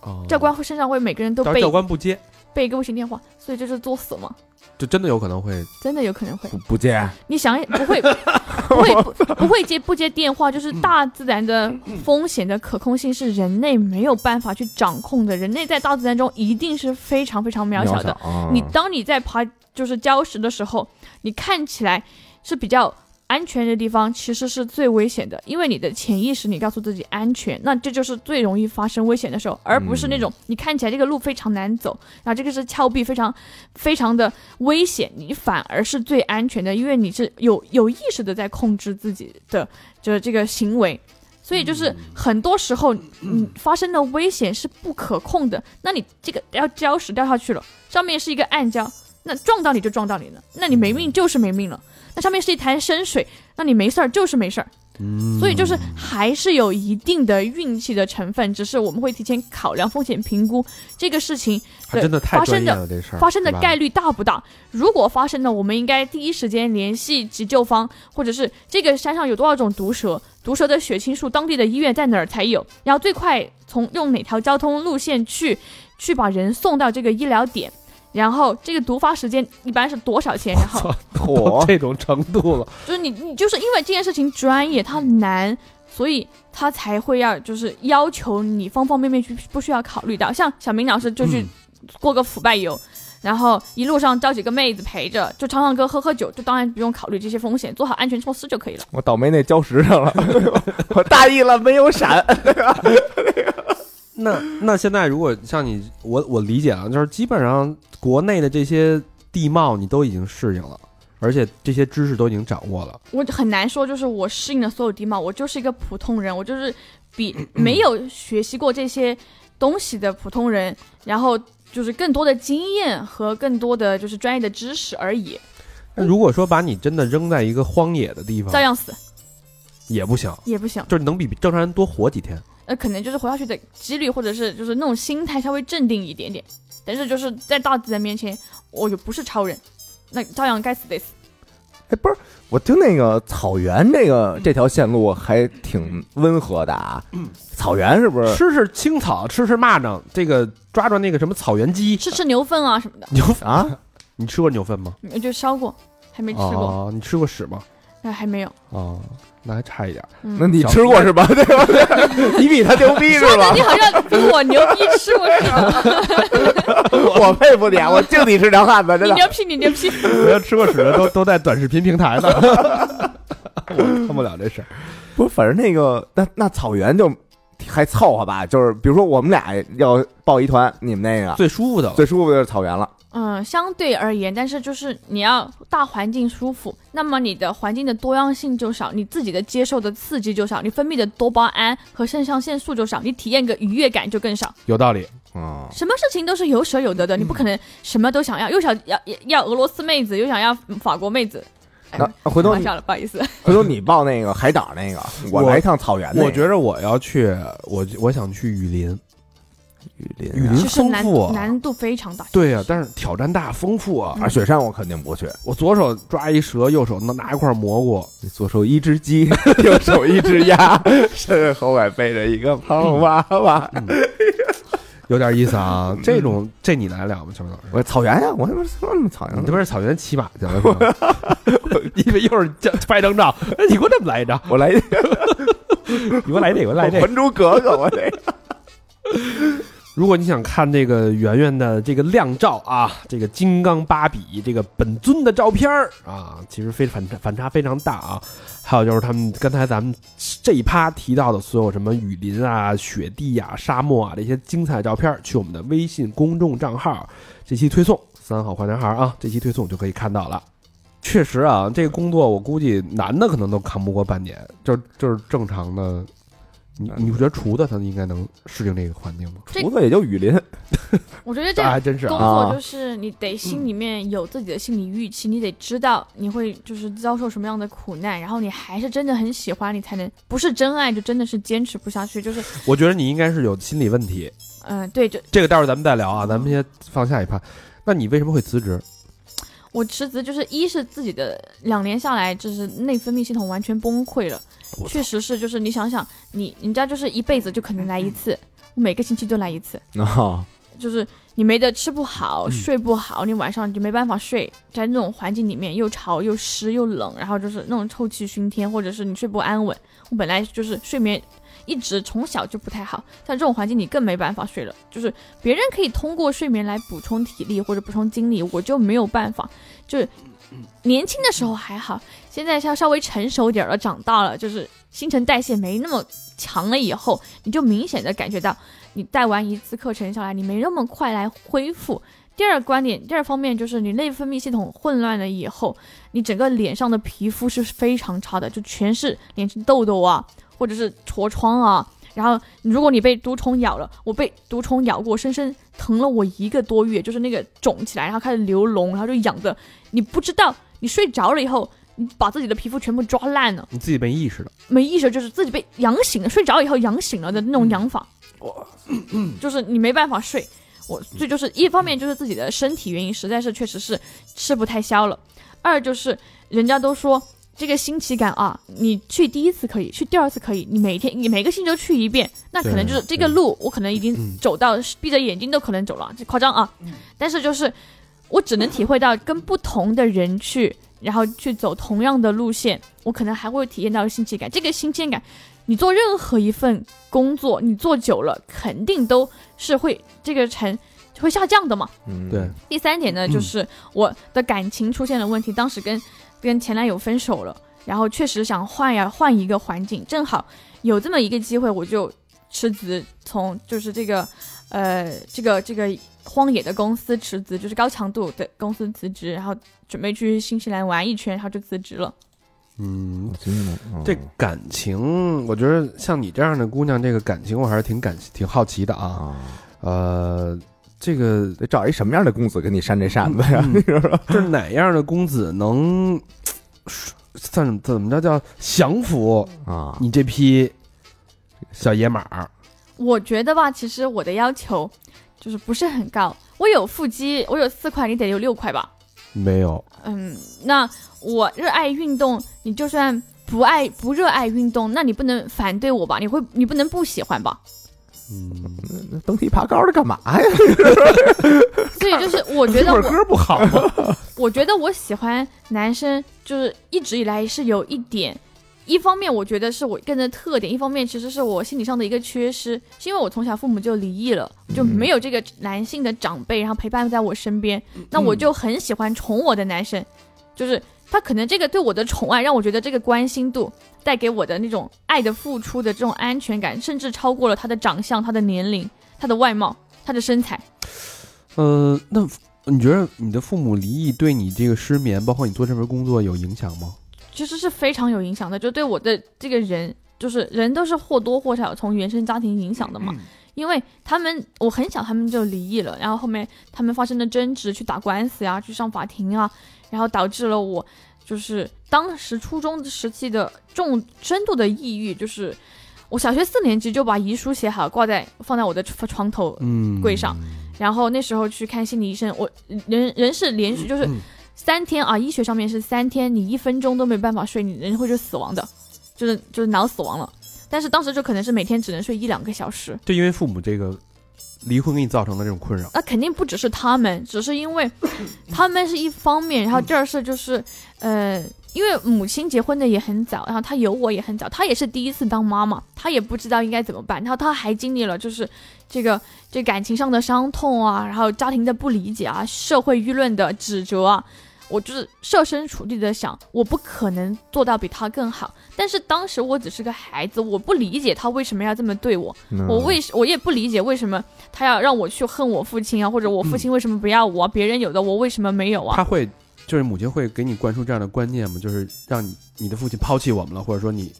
哦
教官会身上会每个人都
但
备
是教官不接，
备一个微信电话，所以这就是作死嘛，
就真的有可能会
真的有可能会。
不接，
你想也 不会不会不不会接不接电话，就是大自然的风险的可控性是人类没有办法去掌控的，人类在大自然中一定是非常非常渺小的。嗯
啊
你当你在爬就是礁石的时候，你看起来是比较安全的地方，其实是最危险的，因为你的潜意识你告诉自己安全，那这就是最容易发生危险的时候，而不是那种你看起来这个路非常难走，然后这个是峭壁，非常非常的危险，你反而是最安全的，因为你是有有意识的在控制自己的就是这个行为。所以就是很多时候，嗯，发生的危险是不可控的。那你这个要礁石掉下去了，上面是一个暗礁，那撞到你就撞到你了，那你没命就是没命了。那上面是一潭深水，那你没事儿就是没事儿。
嗯
所以就是还是有一定的运气的成分，只是我们会提前考量风险评估这个事情
还真的太专业了这事儿，
发生的
对吧
概率大不大？如果发生了，我们应该第一时间联系急救方，或者是这个山上有多少种毒蛇，毒蛇的血清素，当地的医院在哪儿才有，然后最快从用哪条交通路线去，去把人送到这个医疗点，然后这个毒发时间一般是多少钱？然后
到
火
这种程度了，
就是你你就是因为这件事情专业，它难，所以他才会要就是要求你方方面面去不需要考虑到。像小明老师就去
嗯
过个腐败游，然后一路上招几个妹子陪着，就唱唱歌、喝喝酒，就当然不用考虑这些风险，做好安全措施就可以了。
我倒霉那礁石上 了，我大意了，没有闪。
那那现在如果像你，我我理解啊，就是基本上国内的这些地貌你都已经适应了，而且这些知识都已经掌握了。
我很难说，就是我适应了所有地貌，我就是一个普通人，我就是比没有学习过这些东西的普通人，然后就是更多的经验和更多的就是专业的知识而已，嗯
那如果说把你真的扔在一个荒野的地方
照，样死
也不行，
也不行。
就是能比正常人多活几天。
呃，可能就是活下去的几率，或者是就是那种心态稍微镇定一点点。但是就是在大自然面前，我也不是超人，那照样该死得死。
哎，不是，我听那个草原这个这条线路还挺温和的啊。草原是不是？
吃吃青草，吃吃蚂蚱，这个抓抓那个什么草原鸡、
吃吃牛粪啊什么的，
牛粪。
啊，
你吃过牛粪吗？
我就烧过，还没吃过，
哦，你吃过屎吗？
那、还没有。
哦，那还差 一点。
嗯
那你吃过是吧？对 吧？你比他牛逼是吧
你？好像比我牛逼吃过屎的，
我佩服你， 啊！我敬你是条汉子，真
你
的。
牛批你牛批，
我要吃过屎的都都在短视频平台呢，我看不了这事儿。
不，反正那个那那草原就还凑合吧，就是比如说我们俩要抱一团，你们那个
最舒服的了，
最舒服就是草原了。
嗯，相对而言，但是就是你要大环境舒服，那么你的环境的多样性就少，你自己的接受的刺激就少，你分泌的多巴胺和肾上腺素就少，你体验个愉悦感就更少。
有道理。
嗯，
什么事情都是有舍有得
嗯
的，你不可能什么都想要，又想要要要俄罗斯妹子，又想要法国妹子。哎
那那回
开
头
玩
你
笑了，不好意思。
回头你抱那个海岛那个，我
我
来一趟草原那个。
我觉着我要去，我我想去雨林。
雨林啊
雨林
就是
丰
难
富啊，
难度非常大。
对呀、但是挑战大，丰富啊！
啊，雪山我肯定不去。
我左手抓一蛇，右手拿拿一块蘑菇，
你左手一只鸡，右 手一只鸭，身后还背着一个胖娃 娃。
嗯 有点意思 啊！这种这你来了吗，小明老师？
我草原呀，我不是说草
你
原
这不是草原骑马去了是吗？你们一会儿叫拍张照，哎，你给我这么来一张，
我来一
你给我来这个，我来这个。
还珠格格》，我这
如果你想看这个圆圆的这个靓照啊，这个金刚芭比这个本尊的照片儿啊，其实非反差反差非常大啊。还有就是他们刚才咱们这一趴提到的所有什么雨林啊、雪地啊、沙漠啊这些精彩照片儿，去我们的微信公众账号这期推送三好坏男孩儿啊，这期推送就可以看到了。确实啊，这个工作我估计男的可能都扛不过半年，就就是正常的。你你觉得厨子他应该能适应这个环境吗？
这
胡子也就雨林，
我觉
这
得这嗯
还真是
工
啊，
作就是你得心里面有自己的心理预期，你得知道你会就是遭受什么样的苦难，然后你还是真的很喜欢，你才能不是真爱就真的是坚持不下去，就是
我觉得你应该是有心理问题，
嗯、呃对，就
这个待会儿咱们再聊啊，咱们先放下一趴。那你为什么会辞职？
我辞职就是一是自己的两年下来就是内分泌系统完全崩溃了
我，操
确实是就是你想想你人家就是一辈子就可能来一
嗯
次，我每个星期就来一次，
啊，
就是你没得吃不好，
嗯
睡不好，你晚上你就没办法睡，在那种环境里面又潮又湿又冷，然后就是那种臭气熏天，或者是你睡不安稳。我本来就是睡眠一直从小就不太好，像这种环境你更没办法睡了。就是别人可以通过睡眠来补充体力或者补充精力，我就没有办法。就是年轻的时候还好，现在要稍微成熟点儿了，长大了，就是新陈代谢没那么强了以后，你就明显的感觉到，你带完一次课程下来，你没那么快来恢复。第二观点，第二方面就是你内分泌系统混乱了以后，你整个脸上的皮肤是非常差的，就全是脸是痘痘啊，或者是痤疮啊。然后如果你被毒虫咬了，我被毒虫咬过，深深疼了我一个多月，就是那个肿起来，然后开始流脓，然后就痒的，你不知道，你睡着了以后，你把自己的皮肤全部抓烂了，
你自己没意识的，
没意识，就是自己被痒醒了，睡着以后痒醒了的那种痒法，我就是你没办法睡。我这就是一方面就是自己的身体原因，实在是确实是吃不太消了；二就是人家都说这个新奇感啊，你去第一次可以，去第二次可以，你每天你每个星期都去一遍，那可能就是
对
这个路我可能已
嗯
经走到闭着眼睛都可能走了，这夸张啊。但是就是我只能体会到跟不同的人去，然后去走同样的路线，我可能还会体验到新奇感。这个新鲜感，你做任何一份工作，你做久了肯定都是会这个成会下降的嘛。
嗯
对，
第三点呢，就是我的感情出现了问题，当时跟跟前男友分手了，然后确实想换呀换一个环境，正好有这么一个机会，我就辞职，从就是这个呃这个这个荒野的公司辞职，就是高强度的公司辞职，然后准备去新西兰玩一圈，然后就辞职了。
嗯
我，真的嗯
这感情，我觉得像你这样的姑娘，这个感情我还是挺感挺好奇的啊。
啊，
呃，这个
得找一什么样的公子跟你扇这扇子呀？
嗯这哪样的公子能算怎么着叫降服
啊，
你这匹小野马儿？
我觉得吧，其实我的要求就是不是很高，我有腹肌，我有四块，你得有六块吧。
没有，
嗯，那我热爱运动，你就算不爱不热爱运动，那你不能反对我吧？你会你不能不喜欢吧？
嗯，
那登梯爬高的干嘛呀？
所以就是我觉
这
得
会儿
我
歌不好吗？
我觉得我喜欢男生，就是一直以来是有一点。一方面，我觉得是我个人的特点；一方面，其实是我心理上的一个缺失，是因为我从小父母就离异了，就没有这个男性的长辈，然后陪伴在我身边。那我就很喜欢宠我的男生，就是他可能这个对我的宠爱，让我觉得这个关心度带给我的那种爱的付出的这种安全感，甚至超过了他的长相、他的年龄、他的外貌、他的身材。
呃，那你觉得你的父母离异对你这个失眠，包括你做这份工作有影响吗？
其实是非常有影响的，就对我的这个人，就是人都是或多或少从原生家庭影响的嘛。因为他们我很小，他们就离异了，然后后面他们发生了争执，去打官司呀、去上法庭啊，然后导致了我就是当时初中时期的重深度的抑郁，就是我小学四年级就把遗书写好，挂在放在我的床床头，
嗯，
柜上然后那时候去看心理医生，我人人是连续就是三天啊，医学上面是三天，你一分钟都没办法睡，你人会就死亡的，就是就是脑死亡了。但是当时就可能是每天只能睡一两个小时，
就因为父母这个离婚给你造成的这种困扰，
那肯定不只是他们，只是因为他们是一方面，然后第二是就是，呃，因为母亲结婚的也很早，然后她有我也很早，她也是第一次当妈妈，她也不知道应该怎么办，然后她还经历了就是这个这感情上的伤痛啊，然后家庭的不理解啊，社会舆论的指责啊。我就是设身处地的想，我不可能做到比她更好，但是当时我只是个孩子，我不理解她为什么要这么对我，
嗯
我为什我也不理解为什么他要让我去恨我父亲啊，或者我父亲为什么不要我啊、别人有的我为什么没有啊？
他会就是母亲会给你灌输这样的观念吗？就是让你你的父亲抛弃我们了，或者说你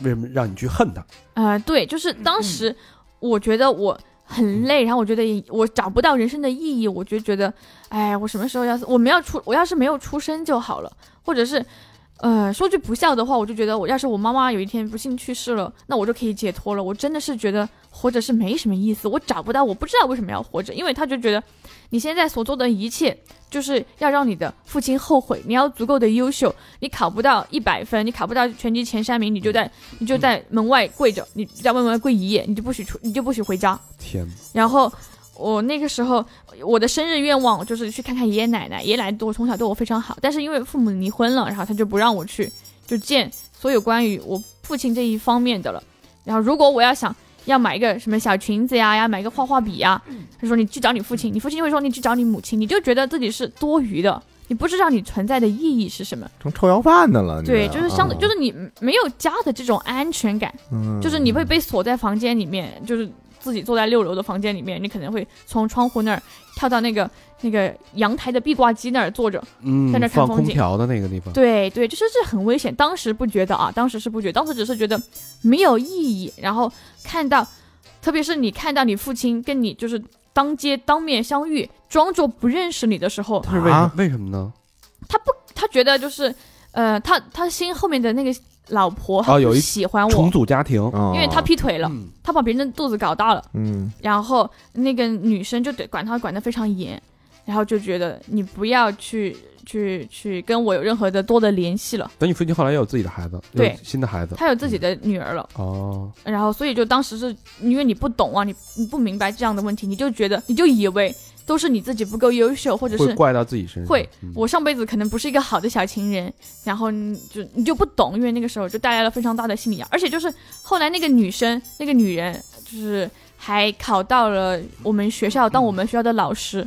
为什么让你去恨他？
呃，对，就是当时我觉得我很累，然后我觉得也我找不到人生的意义，我就觉得，哎，我什么时候要是我们要出，我要是没有出生就好了，或者是。呃，说句不孝的话，我就觉得，我要是我妈妈有一天不幸去世了，那我就可以解脱了。我真的是觉得活着是没什么意思，我找不到，我不知道为什么要活着，因为他就觉得你现在所做的一切就是要让你的父亲后悔，你要足够的优秀，你考不到一百分，你考不到全级前三名，你就在你就在门外跪着，你就在门外跪一夜，你就不许出，你就不许回家。
天，
然后我那个时候我的生日愿望就是去看看爷爷奶奶，爷爷奶奶对我从小对我非常好，但是因为父母离婚了，然后他就不让我去就见所有关于我父亲这一方面的了。然后如果我要想要买一个什么小裙子呀，要买一个画画笔呀，他说你去找你父亲，你父亲会说你去找你母亲，你就觉得自己是多余的，你不知道你存在的意义是什么。
嗯成臭要饭的了。你
对，
这
就是相
啊
就是你没有家的这种安全感，
嗯
就是你会被锁在房间里面，就是自己坐在六楼的房间里面，你可能会从窗户那儿跳到那个那个阳台的壁挂机那儿坐着。
嗯
在那儿看
放
风
空
景
调的那个地方，
对对，就是这很危险。当时不觉得啊，当时是不觉得，当时只是觉得没有意义。然后看到，特别是你看到你父亲跟你就是当街当面相遇，装作不认识你的时候，
他是为什么
啊
为什么呢？
他觉得就是呃，他他心后面的那个老婆
啊有
不
一
喜欢我
重，组家庭，
因为他劈腿了，
嗯
他把别人的肚子搞大了。
哦嗯
然后那个女生就对管他管得非常严，然后就觉得你不要去去去跟我有任何的多的联系了，
等你父亲后来也有自己的孩子，有
对
新的孩子，
他有自己的女儿了，
哦，
然后所以就当时是因为你不懂啊，你你不明白这样的问题，你就觉得你就以为都是你自己不够优秀，或者
会
是
怪到自己身上，
会
嗯
我上辈子可能不是一个好的小情人，然后你就你就不懂，因为那个时候就带来了非常大的心理压力，而且就是后来那个女生，那个女人就是还考到了我们学校当我们学校的老师，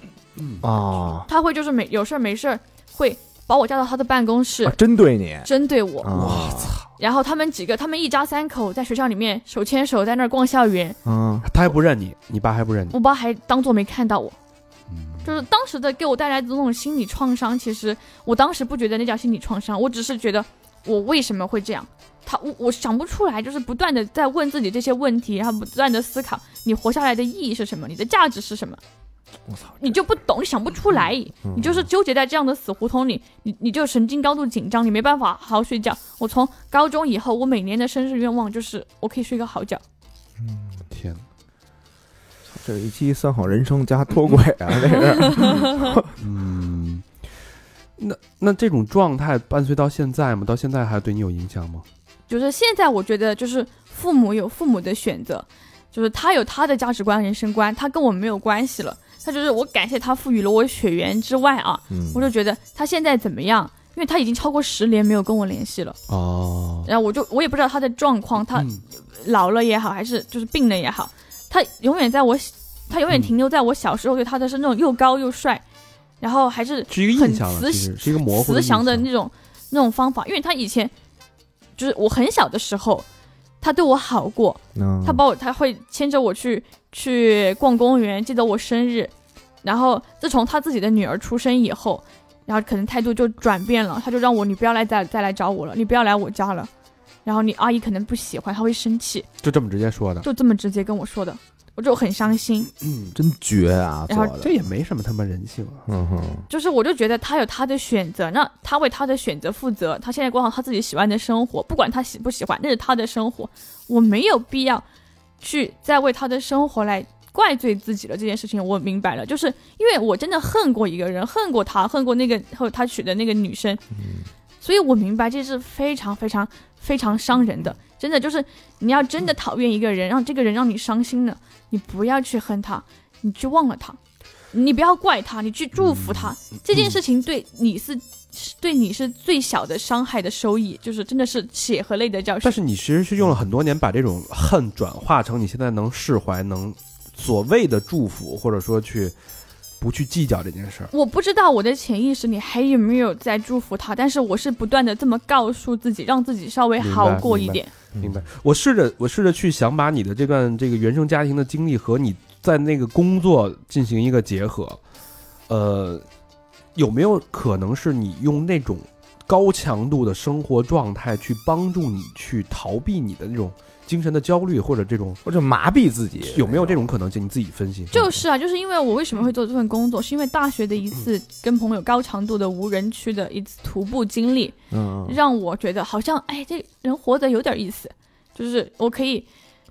啊，
他会就是没有事儿没事儿会把我叫到他的办公室、
啊针对你，啊
针对我，
我操，
然后他们几个他们一家三口在学校里面手牵手在那儿逛校园，
嗯，
他还不认你，你爸还不认你，嗯
我爸还当做没看到我，就是当时的给我带来的那种心理创伤，其实我当时不觉得那叫心理创伤，我只是觉得我为什么会这样。他我我想不出来，就是不断的在问自己这些问题，然后不断的思考你活下来的意义是什么，你的价值是什么，
我操，嗯
你就不懂，你想不出来，你就是纠结在这样的死胡同里，你你就神经高度紧张，你没办法好好睡觉。我从高中以后，我每年的生日愿望就是我可以睡个好觉。
天，
这一期三好人生加脱轨啊，这是
嗯，那那这种状态伴随到现在吗？到现在还对你有影响吗？
就是现在我觉得就是父母有父母的选择，就是他有他的价值观、人生观，他跟我没有关系了。他就是我感谢他赋予了我血缘之外啊，
嗯，
我就觉得他现在怎么样？因为他已经超过十年没有跟我联系了，
哦，
然后我就我也不知道他的状况，他
嗯
老了也好，还是就是病了也好，他永远在我，他
嗯
永远停留在我小时候对他的是那种又高又帅，然后还是
是一个印象了，
很慈
其实是一个模糊
慈祥的
印象
那种那种方法，因为他以前就是我很小的时候，他对我好过，
嗯
他把我他会牵着我去去逛公园，记得我生日，然后自从他自己的女儿出生以后，然后可能态度就转变了，他就让我你不要来再再来找我了，你不要来我家了，然后你阿姨可能不喜欢，她会生气，
就这么直接说的，嗯
就这么直接跟我说的，我就很伤心。
真绝啊，
然后
做
这
的，
也没什么他妈人性啊。
嗯哼，
就是我就觉得他有他的选择，那他为他的选择负责，他现在过好他自己喜欢的生活，不管他喜不喜欢，那是他的生活，我没有必要去再为他的生活来怪罪自己了。这件事情我明白了，就是因为我真的恨过一个人，恨过他，恨过那个和他娶的那个女生，所以我明白这是非常非常非常伤人的。真的就是你要真的讨厌一个人，让这个人让你伤心了，你不要去恨他，你去忘了他，你不要怪他，你去祝福他。这件事情对你是是对你是最小的伤害的收益，就是真的是血和泪的教训
但。是你其实是用了很多年把这种恨转化成你现在能释怀、能所谓的祝福，或者说去不去计较这件事儿。
我不知道我的潜意识里还有没有在祝福他，但是我是不断的这么告诉自己，让自己稍微好过一点。
嗯
明白？我试着我试着去想把你的这段这个原生家庭的经历和你在那个工作进行一个结合，呃，有没有可能是你用那种高强度的生活状态去帮助你去逃避你的那种精神的焦虑或者这种
或者麻痹自己，
有没有这种可能性？你自己分析。
就是啊，就是因为我为什么会做这份工作，是因为大学的一次跟朋友高强度的无人区的一次徒步经历，
嗯？嗯，
让我觉得好像哎，这人活得有点意思，就是我可以，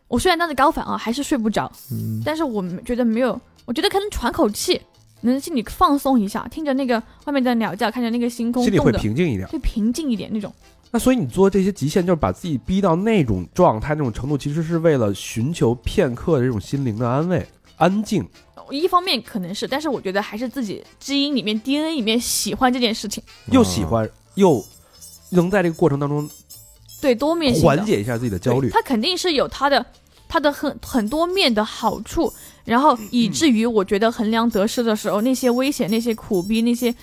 我虽然当着高反啊，还是睡不着，
嗯
但是我们觉得没有，我觉得可能喘口气，能心里放松一下，听着那个外面的鸟叫，看着那个星空，
嗯心里会
冻得
平静一点。
就平静一点那种。
那所以你做这些极限，就是把自己逼到那种状态、那种程度，其实是为了寻求片刻的这种心灵的安慰、安静。
一方面可能是，但是我觉得还是自己基因里面、DNA 里面喜欢这件事情，
嗯
又喜欢又能在这个过程当中
对多面性的
缓解一下自己的焦虑
对。它肯定是有它的它的很很多面的好处，然后以至于我觉得衡量得失的时候，那些危险、那些苦逼、那些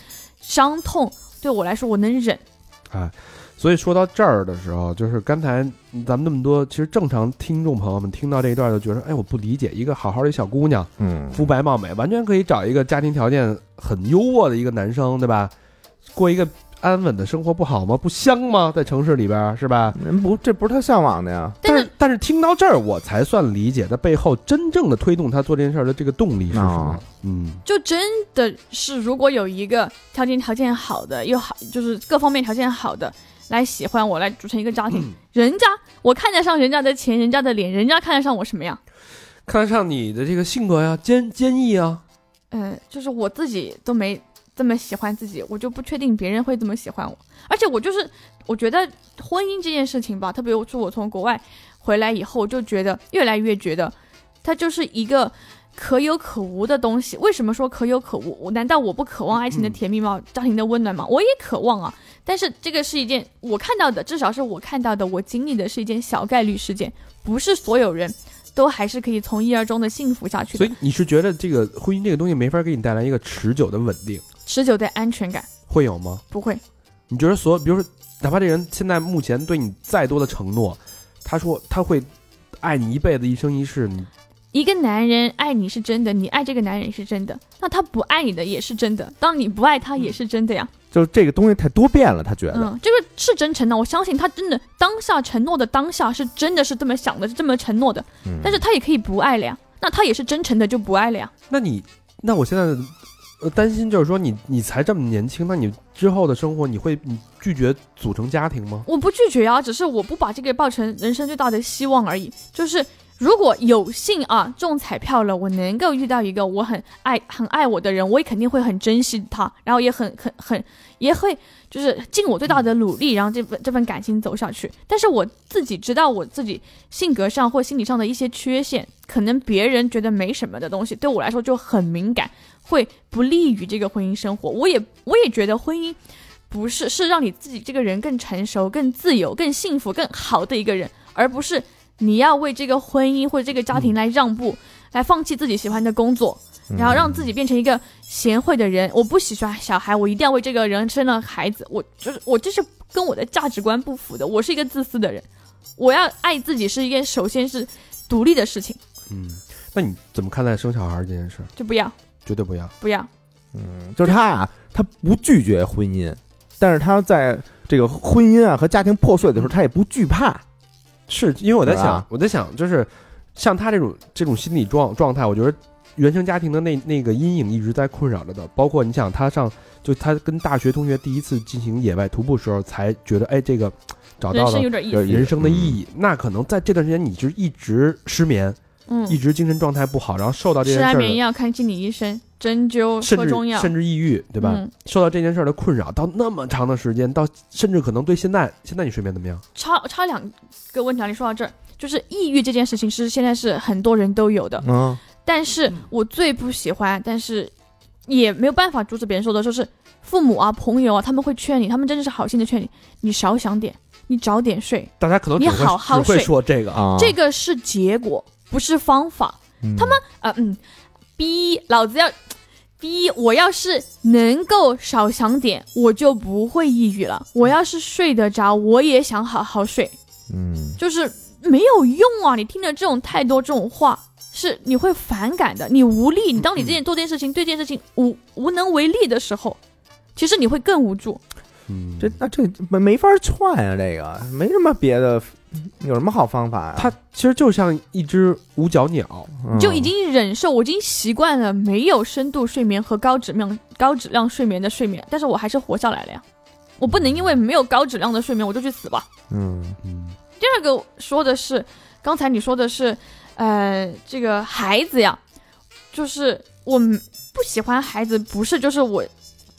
伤痛，对我来说我能忍。
所以说到这儿的时候，就是刚才咱们那么多，其实正常听众朋友们听到这一段就觉得，哎，我不理解，一个好好的一小姑娘，
嗯，
肤白貌美，完全可以找一个家庭条件很优渥的一个男生，对吧？过一个安稳的生活不好吗？不香吗？在城市里边儿是吧？
人不，这不是他向往的呀，
但
但
是
是但是听到这儿，我才算理解他背后真正的推动他做这件事儿的这个动力是什么
啊。
嗯，
就真的是，如果有一个条件条件好的，又好就是各方面条件好的来喜欢我，来组成一个家
嗯
庭，人家我看得上人家的钱，人家的脸，人家看得上我什么样？
看得上你的这个性格呀，坚坚毅啊，
嗯，就是我自己都没这么喜欢自己，我就不确定别人会这么喜欢我。而且我就是我觉得婚姻这件事情吧，特别是我从国外回来以后，我就觉得越来越觉得它就是一个可有可无的东西。为什么说可有可无？我难道我不渴望爱情的
嗯
甜蜜吗？家庭的温暖吗？我也渴望啊。但是这个是一件我看到的，至少是我看到的，我经历的是一件小概率事件，不是所有人都还是可以从一而终的幸福下去
所
的，
以你是觉得这个婚姻这个东西没法给你带来一个持久的稳定，
持久的安全感
会有吗？
不会。
你觉得所有，比如说，哪怕这人现在目前对你再多的承诺，他说他会爱你一辈子，一生一世，你
一个男人爱你是真的，你爱这个男人是真的，那他不爱你的也是真的，当你不爱他也是真的呀。
就是这个东西太多变了，他觉得，
嗯，这个是真诚的，我相信他真的当下承诺的当下是真的是这么想的，是这么承诺的，
嗯
但是他也可以不爱了呀，那他也是真诚的就不爱了呀。
那你，那我现在呃担心就是说你你才这么年轻，那你之后的生活你会你拒绝组成家庭吗？
我不拒绝啊，只是我不把这个抱成人生最大的希望而已。就是如果有幸啊中彩票了，我能够遇到一个我很爱、很爱我的人，我也肯定会很珍惜他，然后也很、很、很，也会就是尽我最大的努力，然后这份这份感情走下去。但是我自己知道我自己性格上或心理上的一些缺陷，可能别人觉得没什么的东西，对我来说就很敏感，会不利于这个婚姻生活。我也我也觉得婚姻。不是，是让你自己这个人更成熟、更自由、更幸福、更好的一个人，而不是你要为这个婚姻或者这个家庭来让步，来放弃自己喜欢的工作，然后让自己变成一个贤惠的人。我不喜欢小孩，我一定要为这个人生了孩子。我就是我，这是跟我的价值观不符的。我是一个自私的人，我要爱自己是一件首先是独立的事情，
嗯，那你怎么看待生小孩这件事？
就不要
绝对不要。
不要。
嗯就是他啊，他不拒绝婚姻，但是他在这个婚姻啊和家庭破碎的时候，他也不惧怕。
是因为我在
是
想
吧，
我在想，就是像他这种这种心理状状态，我觉得原生家庭的那那个阴影一直在困扰着的。包括你想，他上就他跟大学同学第一次进行野外徒步时候，才觉得哎，这个找
人
到
生
了
有点意
有
思，
点
人生的意
嗯
义。那可能在这段时间，你就一直失眠，
嗯，
一直精神状态不好，然后受到这
吃
件
安
事儿
眠
的。
药、看心理医生、针灸、
甚
喝
至
中药，
甚至抑郁，对吧？
嗯
受到这件事儿的困扰，到那么长的时间，到甚至可能对现在，现在你睡眠怎么样？
插插两个问题啊，你说到这儿，就是抑郁这件事情是现在是很多人都有的，
嗯，
但是我最不喜欢，但是也没有办法阻止别人说的，就是父母啊、朋友啊，他们会劝你，他们真的是好心的劝你，你少想点，你早点睡，
大家可能只
你
会
好好
只会
睡
说这个啊，
啊，
这个是结果，不是方法。
他们
啊、嗯，逼老子要逼我要是能够少想点，我就不会抑郁了。我要是睡得着，我也想好好睡。
嗯
就是没有用啊！你听了这种太多这种话，是你会反感的，你无力。你当你这件做这件事情、对这件事情无无能为力的时候，其实你会更无助。
嗯，
这那这没没法劝啊，这个没什么别的，有什么好方法呀、啊
它其实就像一只五脚鸟，
嗯
就已经忍受，我已经习惯了没有深度睡眠和高质量高质量睡眠的睡眠，但是我还是活下来了呀。我不能因为没有高质量的睡眠我就去死吧。
嗯
嗯，
第二个说的是，刚才你说的是，呃，这个孩子呀，就是我们不喜欢孩子，不是就是我，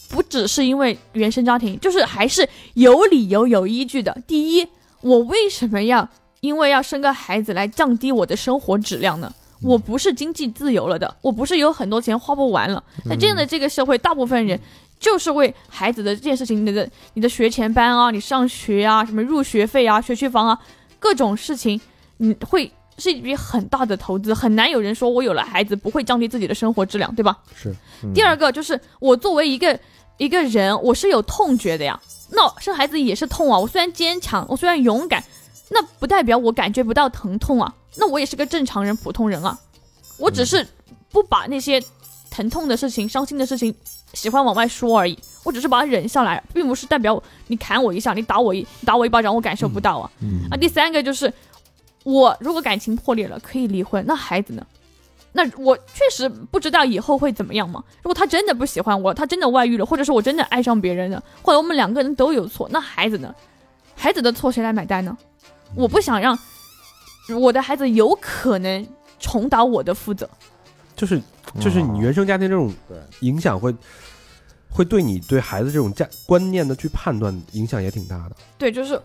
不只是因为原生家庭，就是还是有理由有依据的。第一，我为什么要因为要生个孩子来降低我的生活质量呢？我不是经济自由了的，我不是有很多钱花不完了。那这样的这个社会，大部分人就是为孩子的这件事情，你的你的学前班啊，你上学啊，什么入学费啊，学区房啊，各种事情，你会是一笔很大的投资，很难有人说我有了孩子不会降低自己的生活质量，对吧？
是，
嗯
第二个就是我作为一个一个人，我是有痛觉的呀。那生孩子也是痛啊。我虽然坚强，我虽然勇敢，那不代表我感觉不到疼痛啊。那我也是个正常人、普通人啊。我只是不把那些疼痛的事情、伤心的事情喜欢往外说而已。我只是把它忍下来，并不是代表我你砍我一下，你打我一打我一巴掌，我感受不到啊。
嗯
啊，第三个就是，我如果感情破裂了，可以离婚，那孩子呢？那我确实不知道以后会怎么样嘛。如果他真的不喜欢我，他真的外遇了，或者是我真的爱上别人了，或者我们两个人都有错，那孩子呢？孩子的错谁来买单呢？我不想让我的孩子有可能重蹈我的覆辙。
就是
嗯
就是
哦
你原生家庭这种影响会，会对你对孩子这种价观念的去判断影响也挺大的。
对，就是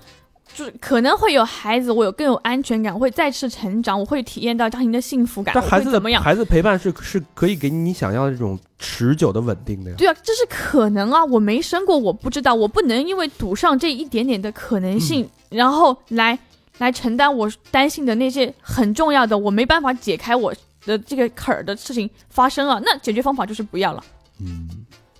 就是可能会有孩子，我有更有安全感，我会再次成长，我会体验到家庭的幸福感，
但孩
我
子
会
的
怎么样？
孩子陪伴是是可以给你想要的这种持久的稳定的呀。
对啊，这是可能啊，我没生过，我不知道，我不能因为赌上这一点点的可能性，然后来来承担我担心的那些很重要的，我没办法解开我的这个坎儿的事情发生啊。那解决方法就是不要了，
嗯，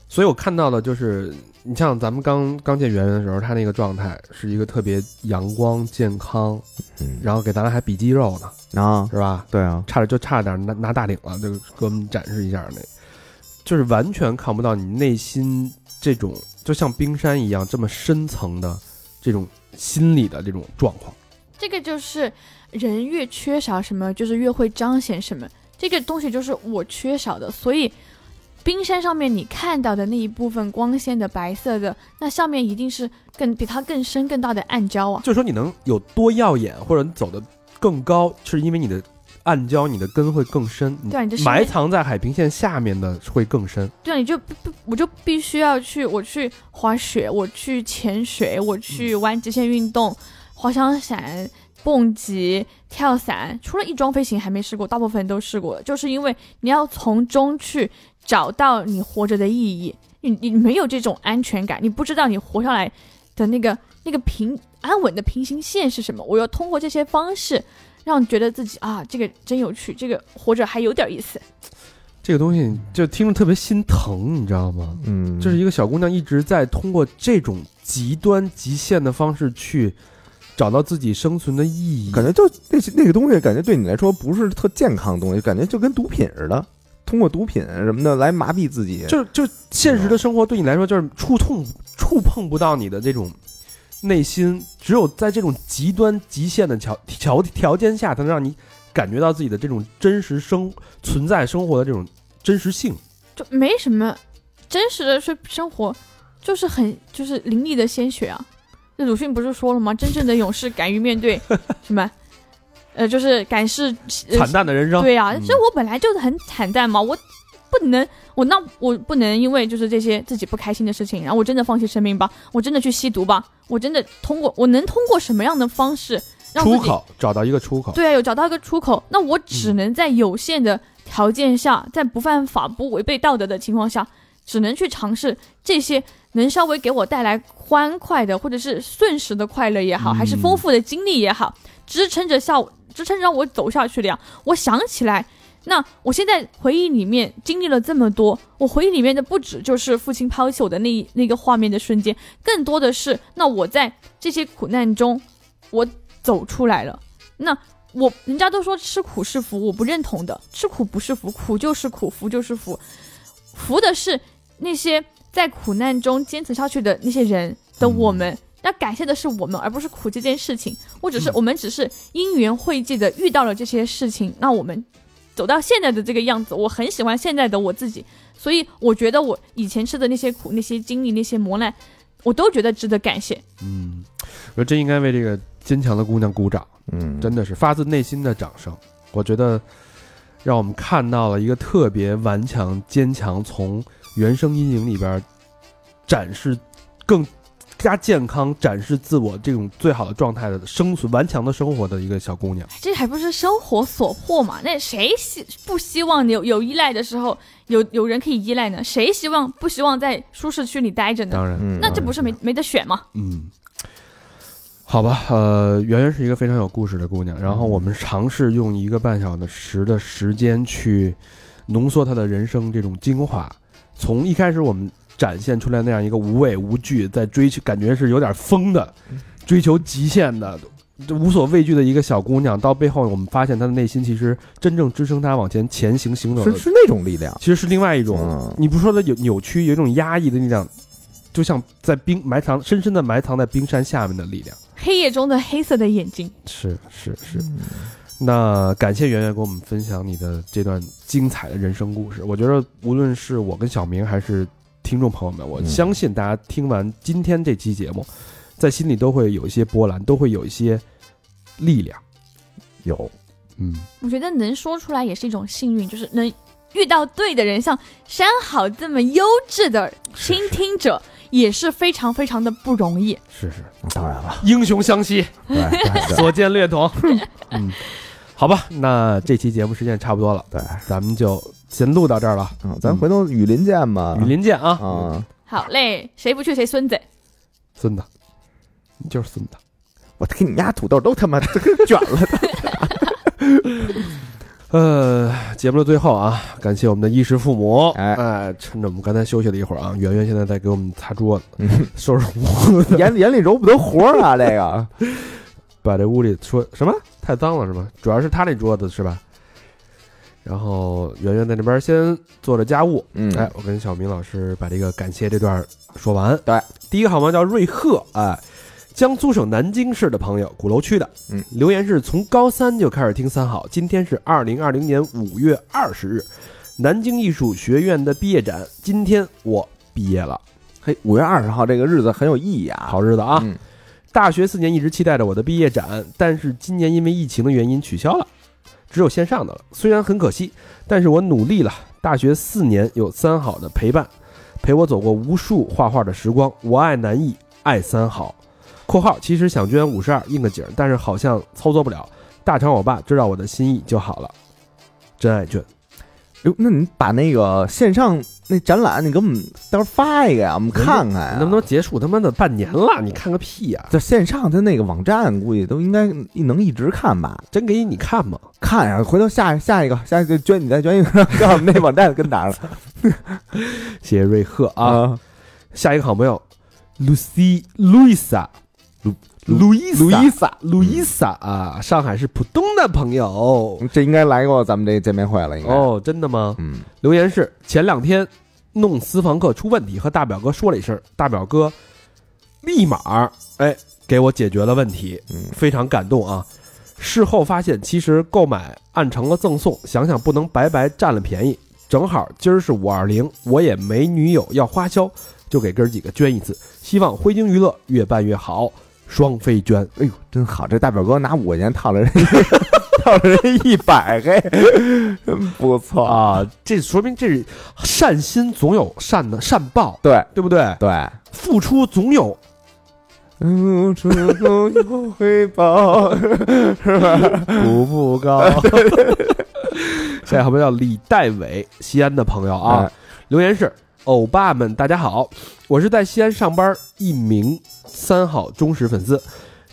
所以我看到的就是，你像咱们刚刚见圆圆的时候，她那个状态是一个特别阳光、健康，
嗯
然后给咱俩还比肌肉呢，
啊，
是吧？
对啊，
差点就差点拿拿大顶了，就给我们展示一下那，就是完全看不到你内心这种就像冰山一样这么深层的这种心理的这种状况。
这个就是人越缺少什么，就是越会彰显什么。这个东西就是我缺少的，所以冰山上面你看到的那一部分光鲜的白色的，那下面一定是更比它更深更大的暗礁啊。
就是说你能有多耀眼，或者你走得更高，是因为你的暗礁，你的根会更深，你
对啊你的生
埋
命
藏在海平线下面的会更深。
对啊，你就不不我就必须要去，我去滑雪，我去潜水，我去玩极限运动，滑翔伞、蹦极、跳伞，除了翼装飞行还没试过，大部分都试过了，就是因为你要从中去找到你活着的意义，你你没有这种安全感，你不知道你活下来的那个那个平安稳的平行线是什么，我要通过这些方式。让你觉得自己啊，这个真有趣，这个活着还有点意思。
这个东西就听着特别心疼，你知道吗？
嗯，
就是一个小姑娘一直在通过这种极端极限的方式去找到自己生存的意义。
感觉就那些那个东西，感觉对你来说不是特健康的东西，感觉就跟毒品似的，通过毒品什么的来麻痹自己。
就就现实的生活对你来说，就是触痛触碰不到你的这种内心，只有在这种极端极限的条条条件下，才能让你感觉到自己的这种真实生存在生活的这种真实性。
就没什么真实的生生活，就是很就是淋漓的鲜血啊。那鲁迅不是说了吗？真正的勇士敢于面对 什么？呃，就是敢是、呃
惨淡的人生，
对啊，
嗯
所以我本来就是很惨淡嘛，我不能，我那我不能因为就是这些自己不开心的事情，然后我真的放弃生命吧，我真的去吸毒吧，我真的通过我能通过什么样的方式让自
出
己
口找到一个出口。嗯
对啊，有找到一个出口，那我只能在有限的条件下，在不犯法、不违背道德的情况下，只能去尝试这些能稍微给我带来欢快的，或者是瞬时的快乐也好，还是
嗯
丰富的经历也好，支撑着下支撑着让我走下去的呀。我想起来。那我现在回忆里面经历了这么多，我回忆里面的不止就是父亲抛弃我的那一那个画面的瞬间，更多的是那我在这些苦难中，我走出来了。那我人家都说吃苦是福，我不认同的。吃苦不是福，苦就是苦，福就是福，福的是那些在苦难中坚持下去的那些人的我们。要感谢的是我们，而不是苦这件事情。我只是、我们只是因缘会际的遇到了这些事情，那我们走到现在的这个样子，我很喜欢现在的我自己，所以我觉得我以前吃的那些苦、那些经历、那些磨难，我都觉得值得感谢。
嗯，我说真应该为这个坚强的姑娘鼓掌。
嗯，
真的是发自内心的掌声。我觉得让我们看到了一个特别顽强、坚强，从原生阴影里边展示更加健康、展示自我这种最好的状态的生存、顽强的生活的一个小姑娘。
这还不是生活所迫嘛？那谁希不希望有有依赖的时候有有人可以依赖呢？谁希望不希望在舒适区里待着呢？
当然，
嗯，
那这不是没没得选吗？
嗯，好吧，呃，圆圆是一个非常有故事的姑娘，然后我们尝试用一个半小时的时间去浓缩她的人生这种精华，从一开始我们展现出来那样一个无畏无惧，在追求感觉是有点疯的，
嗯
追求极限的。就无所畏惧的一个小姑娘，到背后我们发现她的内心其实真正支撑她往前前行行走的
是是那种力量。
其实是另外一种，
嗯
你不说的有扭曲，有一种压抑的力量，就像在冰埋藏深深的埋藏在冰山下面的力量。
黑夜中的黑色的眼睛，
是是是。那感谢圆圆给我们分享你的这段精彩的人生故事。我觉得无论是我跟小明还是听众朋友们，我
嗯
相信大家听完今天这期节目，在心里都会有一些波澜，都会有一些力量。
有，
嗯，
我觉得能说出来也是一种幸运，就是能遇到对的人，像山好这么优质的倾听者，也是非常非常的不容易。
是是，
当然了，
英雄相惜。
对对对
所见略同。嗯，好吧，那这期节目时间也差不多了，
对，
咱们就先录到这儿了。
嗯咱回头雨林见吧。
雨林见啊！
啊，
好嘞，谁不去谁孙子。
孙子，你就是孙子。
我给你们家土豆都他妈 都给卷了。
呃，节目的最后啊，感谢我们的衣食父母。
哎
哎，趁着我们刚才休息了一会儿啊，圆圆现在在给我们擦桌子，收拾屋，
嗯 眼眼里揉不得活儿啊，这个。
把这屋里说什么太脏了是吧？主要是他那桌子是吧？然后圆圆在那边先做着家务，
嗯
哎，我跟小明老师把这个感谢这段说完。
对，
第一个好朋友叫瑞鹤，哎，江苏省南京市的朋友，鼓楼区的。
嗯，
留言是从高三就开始听三好，今天是二零二零年五月二十日，南京艺术学院的毕业展，今天我毕业了，
嘿，五月二十号这个日子很有意义啊。
好日子啊！
嗯
大学四年一直期待着我的毕业展，但是今年因为疫情的原因取消了。只有线上的了。虽然很可惜，但是我努力了。大学四年有三好的陪伴，陪我走过无数画画的时光。我爱南艺，爱三好。（括号其实想捐五十二应个景儿，但是好像操作不了。大肠我爸知道我的心意就好了。）真爱卷。
哟，那你把那个线上那展览，你给我们到时候发一个呀，我们看哎看呀。
能不能结束他妈的半年了？你看个屁呀、
在线上它那个网站，估计都应该能一直看吧？
真给你看吗？
看呀、回头下下一个，下一个捐你再捐一个， 告诉我们那网站跟哪儿了
谢谢瑞鹤啊。！下一个好朋友，Lucy Luisa，路路易
路易
萨路易萨啊，上海是浦东的朋友。
这应该来过咱们这见面会了，应该。
哦，真的吗？
嗯，
留言是前两天弄私房课出问题，和大表哥说了一声，大表哥立马哎给我解决了问题，
嗯
非常感动啊。事后发现，其实购买按成了赠送，想想不能白白占了便宜。正好今儿是五二零，我也没女友要花销，就给哥儿几个捐一次。希望辉鲸娱乐越办越好，双飞捐。
哎呦，真好！这大表哥拿五块钱套了人， 套了人一百，嘿，真不错！
啊，这说明这是善心总有善的善报，
对
对不对？
对，
付出总有
嗯，春风有回 报，
步步高。下一个好朋友叫李代伟，西安的朋友啊，
哎
留言是：欧巴们，大家好，我是在西安上班，一名三好忠实粉丝。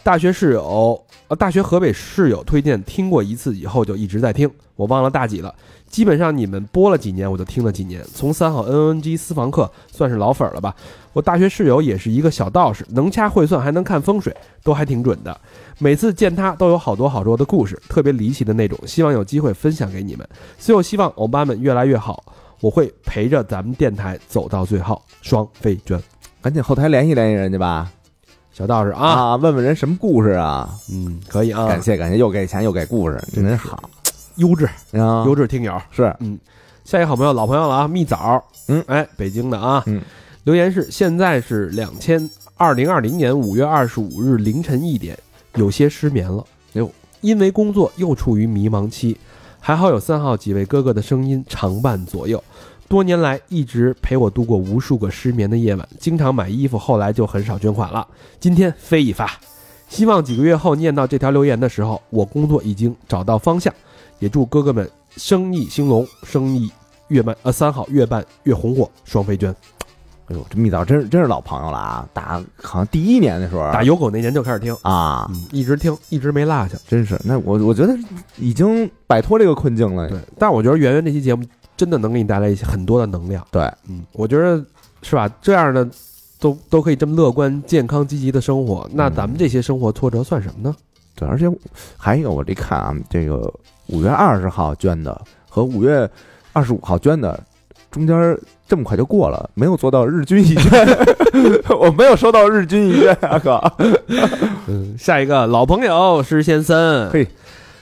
大学室友，呃，大学河北室友推荐听过一次以后就一直在听，我忘了大几了。基本上你们播了几年，我就听了几年。从三好 NNG 私房课算是老粉儿了吧。我大学室友也是一个小道士，能掐会算，还能看风水，都还挺准的。每次见他都有好多好多的故事，特别离奇的那种。希望有机会分享给你们。最后希望欧巴们越来越好，我会陪着咱们电台走到最后。双飞娟，
赶紧后台联系联系人家吧，
小道士啊，
啊，问问人什么故事啊？
嗯，可以啊，
感谢感谢，又给钱又给故事，真好
优质
啊！
优质听友。
是
下一个好朋友，老朋友了啊，蜜枣，
嗯，
哎，北京的啊，
嗯，
留言是现在是两千二零二零年五月二十五日凌晨一点，有些失眠了，
哟，
因为工作又处于迷茫期，还好有三号几位哥哥的声音常伴左右。多年来一直陪我度过无数个失眠的夜晚，经常买衣服，后来就很少捐款了。今天飞一发，希望几个月后念到这条留言的时候，我工作已经找到方向，也祝哥哥们生意兴隆，生意越办呃三好越办越红火，双飞娟
哎呦，这蜜枣真是真是老朋友了啊！打好像第一年的时候
打有狗那年就开始听，
啊，
啊嗯，一直听一直没落下。
真是那我我觉得已经摆脱这个困境了。
对，但我觉得圆圆这期节目真的能给你带来一些很多的能量。
对，
嗯，我觉得是吧？这样的都都可以这么乐观、健康、积极的生活，那咱们这些生活挫折算什么呢？
对，而且还有我这看啊，这个五月二十号捐的和五月二十五号捐的中间这么快就过了，没有做到日均一捐，我没有收到日均一捐啊哥。
嗯，下一个老朋友施先生，
嘿，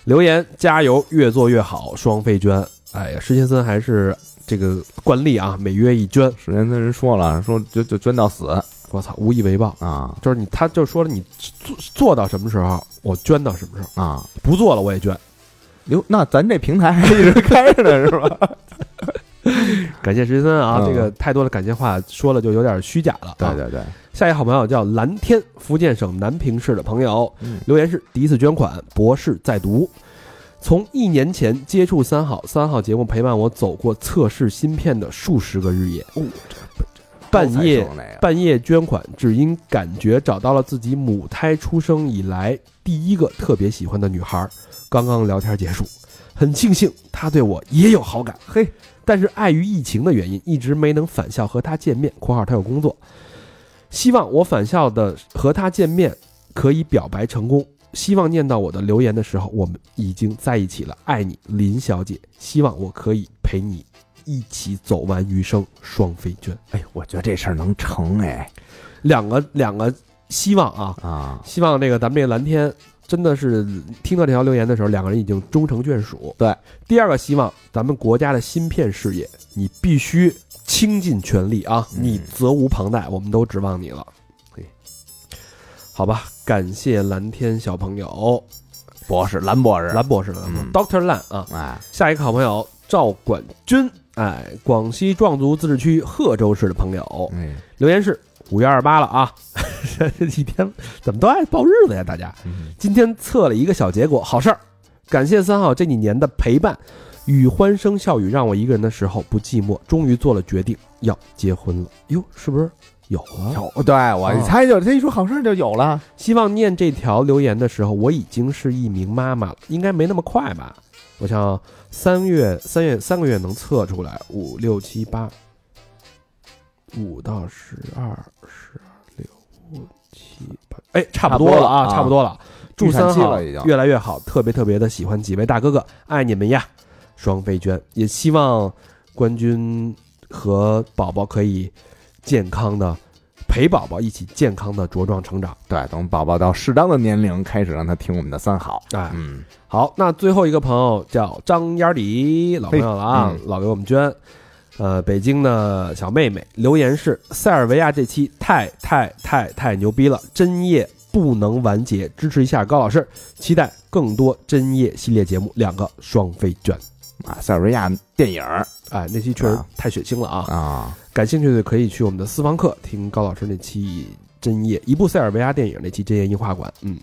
留言加油，越做越好，双飞娟。哎呀，施先生还是这个惯例啊，每月一捐，
史先森人说了，说就就捐到死
我操，无以为报。
啊
就是你，他就说了，你做做到什么时候，我捐到什么时候，
啊！
不做了我也捐。
哟，那咱这平台还一直开着呢，是吧？
感谢石森啊，
嗯
这个太多的感谢话说了就有点虚假了、
对
啊。
对对，
下一个好朋友叫蓝天，福建省南平市的朋友，
嗯
留言是第一次捐款，博士在读。从一年前接触三好，三好节目陪伴我走过测试芯片的数十个日夜，半夜半夜捐款，只因感觉找到了自己母胎出生以来第一个特别喜欢的女孩。刚刚聊天结束，很庆幸她对我也有好感，
嘿，
但是碍于疫情的原因，一直没能返校和她见面（括号她有工作）。希望我返校的和她见面可以表白成功。希望念到我的留言的时候，我们已经在一起了，爱你，林小姐。希望我可以陪你一起走完余生，双飞娟。
哎呦，我觉得这事儿能成哎
两个两个希望啊，
啊！
希望这个咱们这个蓝天真的是听到这条留言的时候，两个人已经终成眷属。
对，
第二个希望，咱们国家的芯片事业，你必须倾尽全力啊，
嗯
你责无旁贷，我们都指望你了。嘿好吧，感谢蓝天小朋友。
博士，蓝博士，
蓝博士的、
嗯
Doctor Lan 啊。
哎，
下一个好朋友赵管军，哎，广西壮族自治区贺州市的朋友，
哎，
留言是五月二十八了啊，这 一天怎么都爱报日子呀？大家
嗯
今天测了一个小结果，好事儿，感谢三号这几年的陪伴与欢声笑语，让我一个人的时候不寂寞。终于做了决定，要结婚了。哟，是不是有啊？
有，哦对我一猜就他一说好事就有了，
希望念这条留言的时候，我已经是一名妈妈了，应该没那么快吧？我想三月、三月、三个月能测出来，五六七八，五到十二，十二六五七八，哎，差不多了啊，
差
差
不
不
多
多了。
预
祝
产
三
期
好
了已经
越来越好，特别特别的喜欢几位大哥哥，爱你们呀！双飞娟也希望冠军和宝宝可以健康的陪宝宝一起健康的茁壮成长。
对，等宝宝到适当的年龄开始让他听我们的三好，
哎，
嗯，
好，那最后一个朋友叫张烟儿里，老朋友了啊，
嘿嗯
老给我们捐。呃，北京的小妹妹留言是：塞尔维亚这期太太太太牛逼了，真夜不能完结，支持一下高老师，期待更多真夜系列节目，两个双飞卷。
啊，塞尔维亚电影儿
哎，那期确实
啊
太血腥了啊！
啊，
感兴趣的可以去我们的私房课听高老师那期真夜一部塞尔维亚电影那期真夜映画馆。嗯，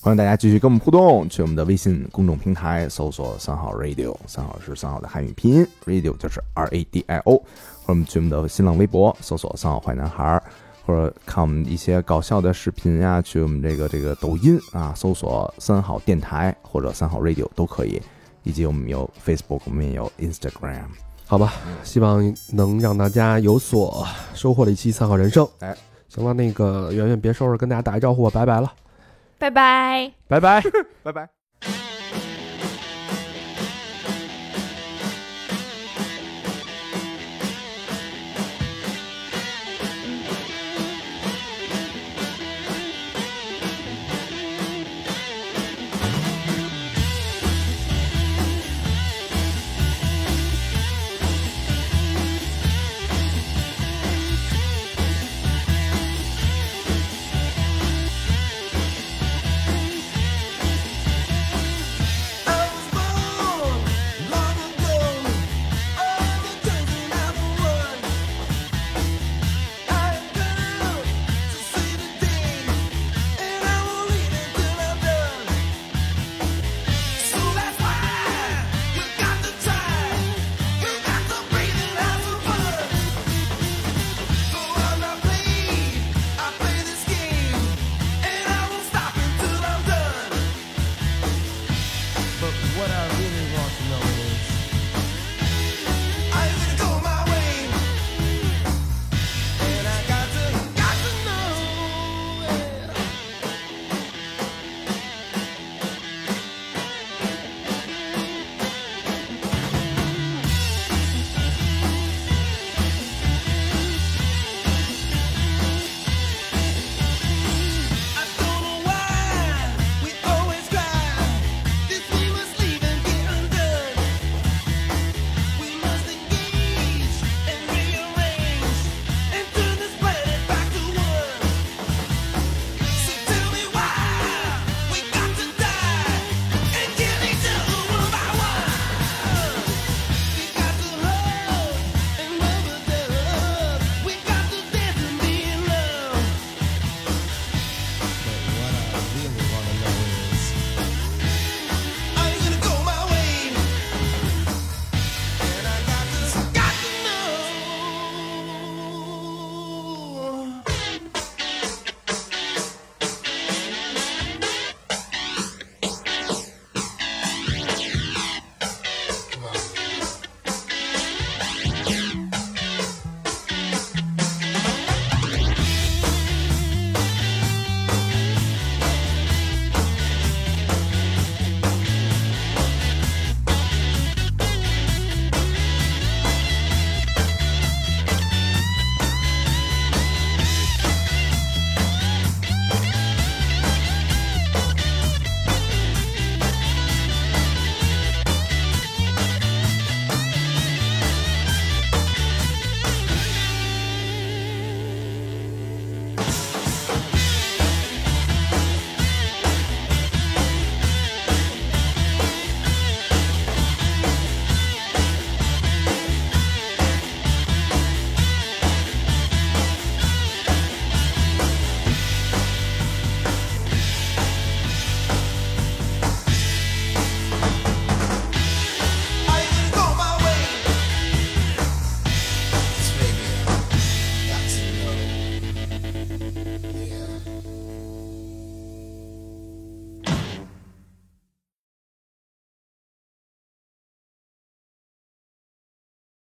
欢迎大家继续跟我们互动，去我们的微信公众平台搜索“三好 radio”，三好是三好的汉语拼音，radio 就是 R A D I O，或者我们去我们的新浪微博搜索“三好坏男孩儿”，或者看我们一些搞笑的视频呀、去我们这个这个抖音啊搜索“三好电台”或者“三好 radio” 都可以，以及我们有 Facebook，我们也有 Instagram。
好吧，希望能让大家有所收获的一期《三好人生》。
哎，
行了，那个圆圆别收拾，跟大家打一招呼吧，拜拜了，
拜拜。
拜拜。
拜拜。